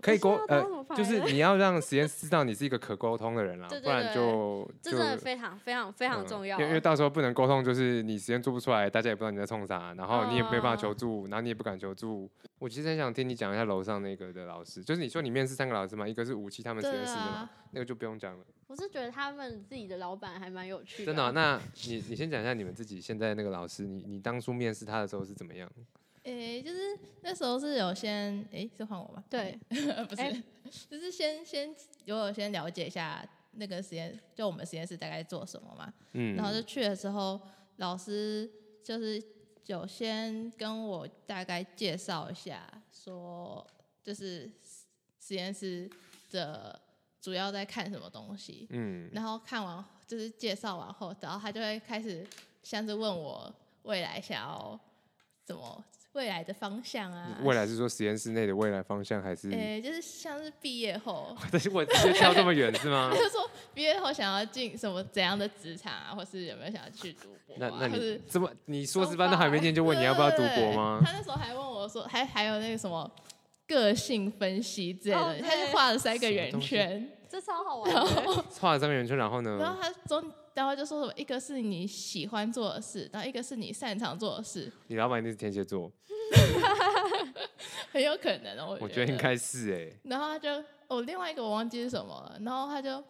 S2: 可以沟
S1: 我知道打
S2: 呃
S1: 什么，牌
S2: 就是你要让实验室知道你是一个可沟通的人啦，
S1: 对对
S2: 不然
S1: 对
S2: 就
S1: 这
S2: 就
S1: 真的非常非常非常
S2: 嗯
S1: 重要啊、
S2: 因为因为到时候不能沟通，就是你实验做不出来，大家也不知道你在冲啥，然后你也没办法求
S1: 嗯
S2: 助，然后你也不敢求助。我其实很想听你讲一下楼上那个的老师，就是你说你面试三个老师嘛，一个是武器他们实
S3: 对
S2: 验室的嘛，
S3: 啊，
S2: 那个就不用讲了。
S1: 我是觉得他们自己的老板还蛮有趣
S2: 真的啊、那你你先讲一下你们自己现在那个老师，你你当初面试他的时候是怎么样？
S3: 啊诶、就是那时候是有先，诶、是换我吗？哎
S1: 对，
S3: 不是，
S1: 诶
S3: 就是先先有我先了解一下那个实验，就我们实验室大概做什么嘛。
S2: 嗯，
S3: 然后就去的时候，老师就是有先跟我大概介绍一下，说就是实实验室的主要在看什么东西。
S2: 嗯，
S3: 然后看完就是介绍完后，然后他就会开始像是问我未来想要怎么未来的方向啊，
S2: 未来是说实验室内的未来方向还是？
S3: 诶、就是像是毕 业后，
S2: 但是我直接跳这么远是 吗
S3: 他？就说毕业后想要进什么怎样的职场啊，或是有没有想要去读博
S2: 那
S3: 啊，
S2: 那
S3: 或是
S2: 你这么你硕士班都还没念就问你要不要读博吗
S3: 对？他那时候还问我说，还还有那个什么个性分析之类的，
S1: 哦对
S3: 他就画了三个
S2: 什么
S3: 圆
S2: 东西
S3: 圈，
S1: 这超好玩的。
S2: 画了三个圆圈，然后
S3: 然
S2: 呢？
S3: 后他中，然后就说什么，一个是你喜欢做的事，然后一个是你擅长做的事，
S2: 你老板一定是天蝎座，
S3: 很有可能哦，
S2: 我觉
S3: 觉
S2: 得应。该是哎、
S3: 然后他就，我、另外一个我忘记是什么了，然后他就，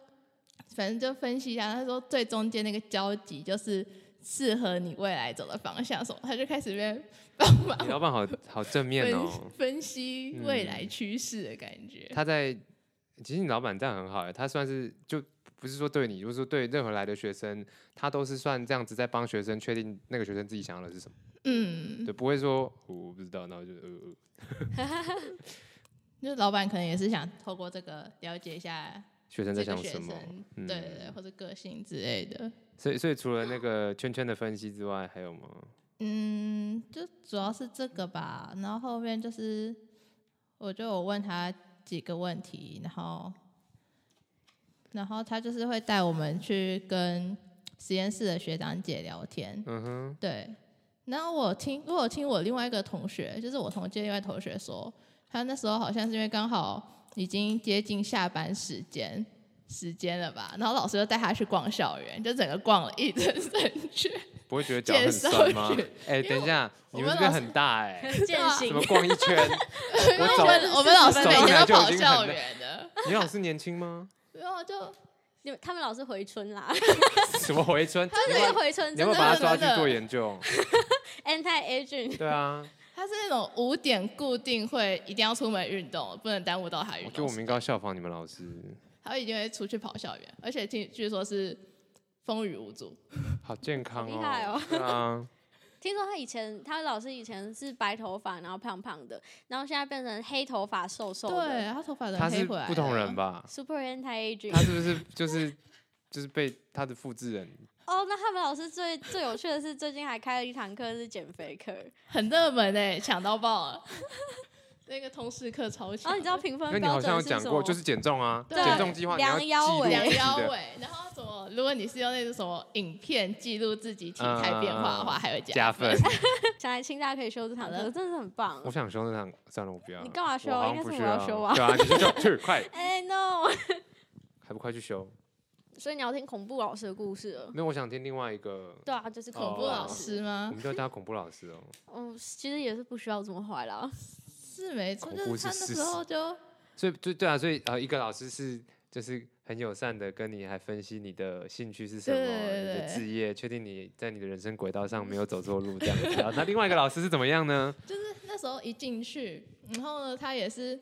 S3: 反正就分析一下，他说最中间那个交集就是适合你未来走的方向什么，他就开始边帮忙
S2: 你老板好好正面
S3: 分、
S2: 哦、
S3: 分析未来
S2: 嗯
S3: 趋势的感觉。
S2: 他在其实你老板这样很好哎、他算是就不是说对你，就是说对任何来的学生，他都是算这样子在帮学生确定那个学生自己想要的是什么，
S3: 嗯，
S2: 对，不会说我不知道，然后就呃呃
S3: 就是老板可能也是想透过这个了解一下
S2: 学生
S3: 这
S2: 在
S3: 个
S2: 想
S3: 学
S2: 什
S3: 生，
S2: 么。嗯
S3: 对对对，或者个性之类的。
S2: 所以所以除了那个圈圈的分析之外，还有吗？
S3: 嗯，就主要是这个吧。然后后面就是，我就有问他几个问题，然后，然后他就是会带我们去跟实验室的学长姐聊天。
S2: 嗯哼，
S3: 对，然后我听，我有听我另外一个同学，就是我同届另外同学说，他那时候好像是因为刚好已经接近下班时间时间了吧，然后老师就带他去逛校园，就整个逛了一整 整圈。
S2: 不会觉得脚很
S3: 介绍
S2: 酸吗
S3: 学？
S2: 哎、等一下，
S3: 我
S2: 你
S3: 们
S2: 们这边
S3: 老师
S2: 很大哎、
S1: 践
S2: 怎
S1: 行
S2: 么逛一圈？ 我
S3: 我
S2: 走，
S3: 们我们老师
S2: 走
S3: 每
S2: 进
S3: 天
S2: 来
S3: 都
S2: 就已
S3: 跑
S2: 经
S3: 校
S2: 很累
S3: 园的，
S2: 你老师年轻吗？
S3: 然后就
S1: 你们他们老是回春 啦，
S2: 什么回春？
S1: 他
S2: 你
S1: 们
S2: 要
S1: 那个
S2: 不要
S1: 回春
S2: 你要
S1: 真
S2: 不
S1: 的
S2: 要把他抓
S3: 真
S2: 去
S3: 的
S2: 做研究？
S1: anti aging。
S2: 对 啊，
S3: 他是那种五点固定会一定要出门运动，不能耽误到他
S2: 我
S3: 运
S2: 觉哦得我
S3: 动
S2: 们。应该要效仿你们老师，
S3: 他一定会出去跑校园，而且听据说是风雨无阻。
S2: 好健康
S1: 好厉害
S2: 哦
S1: 哦。
S2: 对啊，
S1: 听说他以前他老师以前是白头发，然后胖胖的，然后现在变成黑头发瘦瘦的。
S3: 对他啊头发都
S2: 他
S3: 黑
S2: 是
S3: 回来，
S2: 不同人？吧？
S1: Super anti
S2: 他
S1: aging
S2: 是不是就是就是被他的 复制人？
S1: 哦，那他们老师最最有趣的是，最近还开了一堂课是减肥课，
S3: 很热门哎、抢到爆了。 那个通识课超强的，
S1: 然后哦你知道评
S2: 那
S1: 分
S2: 你好
S1: 标
S2: 像有
S1: 准是
S2: 讲
S1: 什么？
S2: 过，就是减重啊，
S3: 对
S2: 减重计划你要
S1: 量
S2: 记
S1: 腰
S2: 录
S1: 围
S2: 自
S3: 量
S2: 己
S3: 腰
S2: 的
S3: 围，然后什么？如果你是用那种什么影片记录自己体态变化的话，
S2: 嗯
S3: 还会 加
S2: 加
S3: 分
S2: 分。。
S1: 想来清大可以修这堂
S3: 好
S1: 课，
S3: 了
S1: 真的是很棒
S2: 我。想修那堂，算了，我不要。
S1: 你干嘛修
S2: 我好
S1: 应该
S2: 像不
S1: 是
S2: 需
S1: 我要修啊
S2: 对啊，你去 修去，快，
S1: 哎、no！
S2: 还不快去修？
S1: 所以你要听恐怖老师的故事了。
S2: 没有，我想听另外一个，
S1: 对啊，就是恐
S2: 恐
S1: 怖
S2: 怖
S3: 不老
S1: 老
S2: 哦老
S1: 师。
S3: 师
S2: 我
S3: 吗？
S2: 们叫他恐怖老师哦。
S1: 嗯，其实也是不需要这么坏啦。
S3: 是没错，
S2: 恐
S3: 就
S2: 怖
S3: 是他
S2: 是
S3: 那
S2: 事
S3: 时候就
S2: 所以，就对啊，所以呃，一个老师是就是很友善的跟你还分析你的兴趣是什么，
S3: 对对
S2: 你的
S3: 对
S2: 职业，确定你在你的人生轨道上没有走错路这样子。 然后那另外一个老师是怎么样呢？
S3: 就是那时候一进去，然后呢，他也是，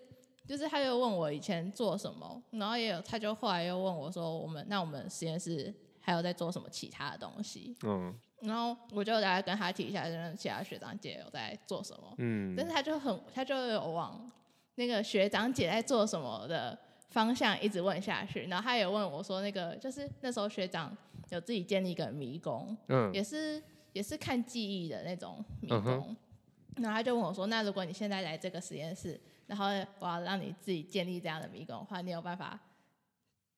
S3: 就是他又问我以前做什么，然后也有他就后来又问我说，我们那我们实验室还有在做什么其他的东西，
S2: 嗯
S3: 然后我就大概跟他提一下，就是其他学长姐有在做什么，
S2: 嗯，
S3: 但是他就很他就有往那个学长姐在做什么的方向一直问下去，然后他也问我说，那个就是那时候学长有自己建立一个迷宫，
S2: 嗯
S3: 也是也是看记忆的那种迷
S2: 嗯哼
S3: 宫。然后他就问我说：“那如果你现在来这个实验室，然后我要让你自己建立这样的迷宫的话，你有办法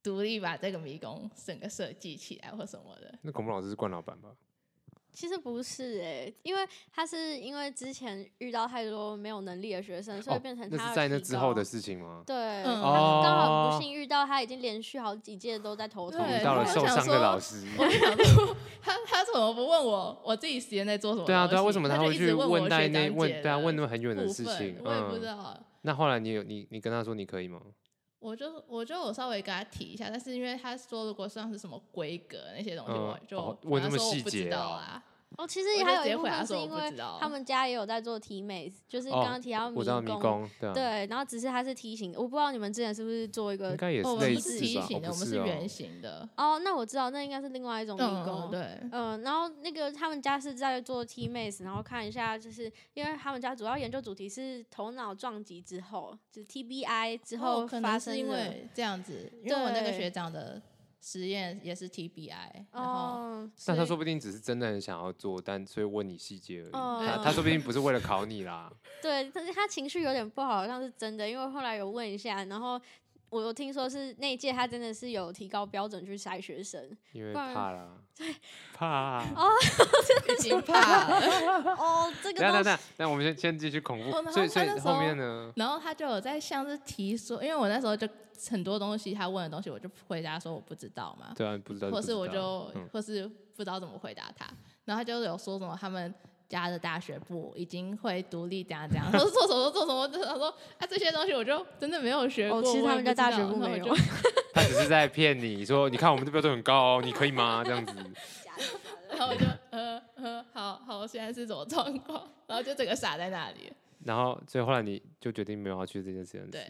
S3: 独立把这个迷宫整个设计起来或什么的
S2: 那恐怖老师是冠老板吧？
S1: 其实不是哎、因为他是因为之前遇到太多没有能力的学生，所以变成
S2: 哦那
S1: 他、
S2: 是在那之后的。事情吗？
S1: 对，
S3: 嗯
S1: 他刚好很
S2: 哦
S1: 不幸遇到他已经连续好几届都在头痛，
S3: 对
S2: 遇哦到了
S3: 我
S2: 受
S3: 想
S2: 伤的
S3: 说
S2: 老师？”，
S3: 我就想说，他他怎么不问我我自己实验在做什么东西？
S2: 对啊，对啊，为什么
S3: 他
S2: 他
S3: 就
S2: 会
S3: 一直
S2: 去
S3: 问我
S2: 带
S3: 学
S2: 那
S3: 长姐
S2: 问对啊
S3: 的
S2: 问那么很远的
S3: 部
S2: 事
S3: 分
S2: 情？
S3: 我也不
S2: 嗯，
S3: 知道。
S2: 那后来你有你你跟他说你可以吗？
S3: 我就我就有稍微跟他提一下，但是因为他说如果像是什么规格那些东西，
S2: 嗯
S3: 我就
S2: 哦
S3: 我
S2: 问那么细节哦
S3: 道啊。
S1: 哦，其
S3: 我
S1: 实
S3: 就
S1: 还
S3: 直
S1: 有一
S3: 接
S1: 部
S3: 回答
S1: 分是
S3: 说我
S1: 因
S3: 不
S1: 为
S3: 知道
S1: 他们家也有在做体美，就是
S2: 哦
S1: 刚刚提到
S2: 我知道迷宫，对啊，
S1: 对，然后只是它是梯形，我不知道你们之前是不是做一个
S2: 应该也
S3: 哦，我
S2: 是
S3: 们
S2: 类
S3: 不是
S2: 似
S3: 梯
S2: 吧？
S3: 形的，
S2: 哦
S3: 我们
S2: 不
S3: 是
S2: 是哦
S3: 圆形的。
S1: 哦，那我知道，那应该是另外一种迷宫。
S3: 嗯，对，
S1: 嗯、然后那个他们家是在做 T Maze，然后看一下，就是因为他们家主要研究主题是头脑撞击之后，就是 TBI 之后
S3: 哦可
S1: 发
S3: 能
S1: 生
S3: 是因
S1: 的
S3: 为这样子，因为我那个
S1: 对
S3: 学长的实验也是 TBI，然 后
S1: 哦，
S2: 但他
S3: 所以
S2: 说不定只是真的很想要做，但所以问你细节而已。
S1: 哦
S2: 他他说不定不是为了考你啦。
S1: 对，但是他情绪有点不好，好像是真的，因为后来有问一下，然后我有听说是那一届他真的是有提高标准去筛学 生。
S2: 因为
S1: 不然
S2: 怕啦，怕。
S3: 已经怕了。
S1: 哦，这
S2: 等
S1: 个东
S2: 一下等一下
S1: 西，
S2: 那我们先先继续恐
S3: 哦然
S2: 怖。
S3: 后
S2: 所以
S3: 他
S2: 所以
S3: 那时
S2: 后面
S3: 候
S2: 呢？
S3: 然后他就有在像是提说，因为我那时候就很多东西他问的东西，我就回答说我不知道嘛，
S2: 对啊，不知道。
S3: 或
S2: 不
S3: 是
S2: 知
S3: 我
S2: 道
S3: 就
S2: 嗯
S3: 或是不知道怎么回答他，然后他就有说什么他们。家的大学部已经会独立怎样怎样，说做什么做什么，就想说啊这些东西我就真的没有学过。
S1: 哦，其实
S3: 我
S1: 他
S3: 也
S1: 们家
S3: 不知
S1: 大学
S3: 道
S1: 部
S3: 然后
S1: 没
S3: 我
S1: 有
S3: 就。
S2: 他只是在骗你说，你看我们的标准很高哦，你可以吗？这样子。
S3: 然后我就呃呃，好好，现在是什么状况？然后就整个傻在那里，
S2: 然后所以后来你就决定没有要去这件事情。
S3: 对，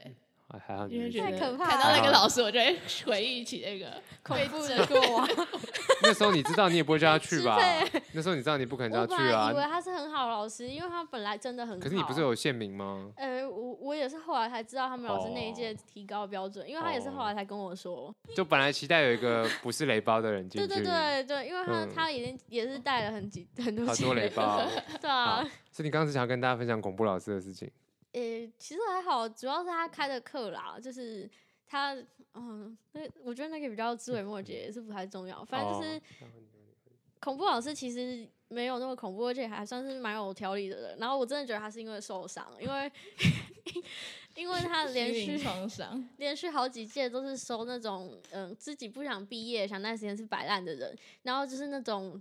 S2: 还还好你
S3: 因为
S2: 没去
S3: 觉
S1: 太
S3: 得
S1: 可怕
S3: 看到那个
S2: 了
S3: 老师，我就会回忆起那个
S1: 恐
S3: 被
S1: 怖
S3: 指
S1: 的过往。
S2: 那时候你知道你也不会叫他去吧
S1: 很？
S2: 那时候你知道你不可能
S1: 我
S2: 叫
S1: 本
S2: 他去
S1: 来以为
S2: 啊。
S1: 他是很好的老师，因为他本来真的很好。
S2: 可是你不是？有县名吗？
S1: 呃，我我也是后来才知道他们老师那一届
S2: 哦
S1: 提高标准，因为他也是后来才跟我说。
S2: 就本来期待有一个不是雷包的人进
S1: 对对
S2: 去，
S1: 对对，因为他、
S2: 嗯
S1: 他已经也是带了很几很多
S2: 好
S1: 届
S2: 多雷
S1: 了
S2: 包。
S1: 对啊
S2: 好，所以你刚刚是想要跟大家分享恐怖老师的事情，
S1: 诶、其实还好，主要是他开的课啦，就是他，嗯，那我觉得那个比较枝微末节，也是不太重要。反正就
S2: 哦
S1: 是恐怖老师其实没有那么恐怖，而且还算是蛮有条理的人。然后我真的觉得他是因为受伤，因为 因为他 连
S3: 心灵
S1: 续
S3: 创伤，
S1: 连续好几届都是收那种嗯自己不想毕业、想在实验室摆烂的人，然后就是那种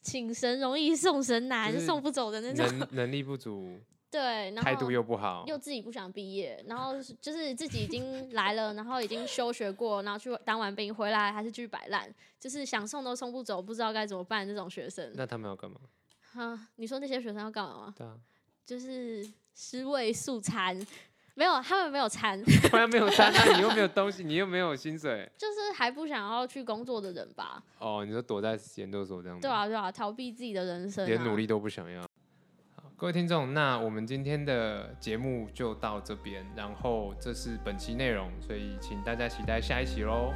S1: 请神容易送神难、
S2: 就是
S1: 送不走的那种。
S2: 能能力不足，
S1: 对，然后
S2: 态度又不好，
S1: 又自己不想毕业，然后是就是自己已经来了，然后已经休学过，然后去当完兵回来还是继续摆烂，就是想送都送不走，不知道该怎么办这种学生。
S2: 那他们要 干嘛？
S1: 哈，你说那些学生要干嘛吗？
S2: 对啊，
S1: 就是尸位素餐，没有，他们没有餐，
S2: 不然没有餐，那你又没有东西，你又没有薪水。
S1: 就是还不想要去工作的人吧？
S2: 哦，你说躲在研究所这样子，
S1: 对啊，对啊，逃避自己的人生、啊，
S2: 嗯连努力都不想要。好，各位听众，那我们今天的节目就到这边，然后这是本期内容，所以请大家期待下一期喽。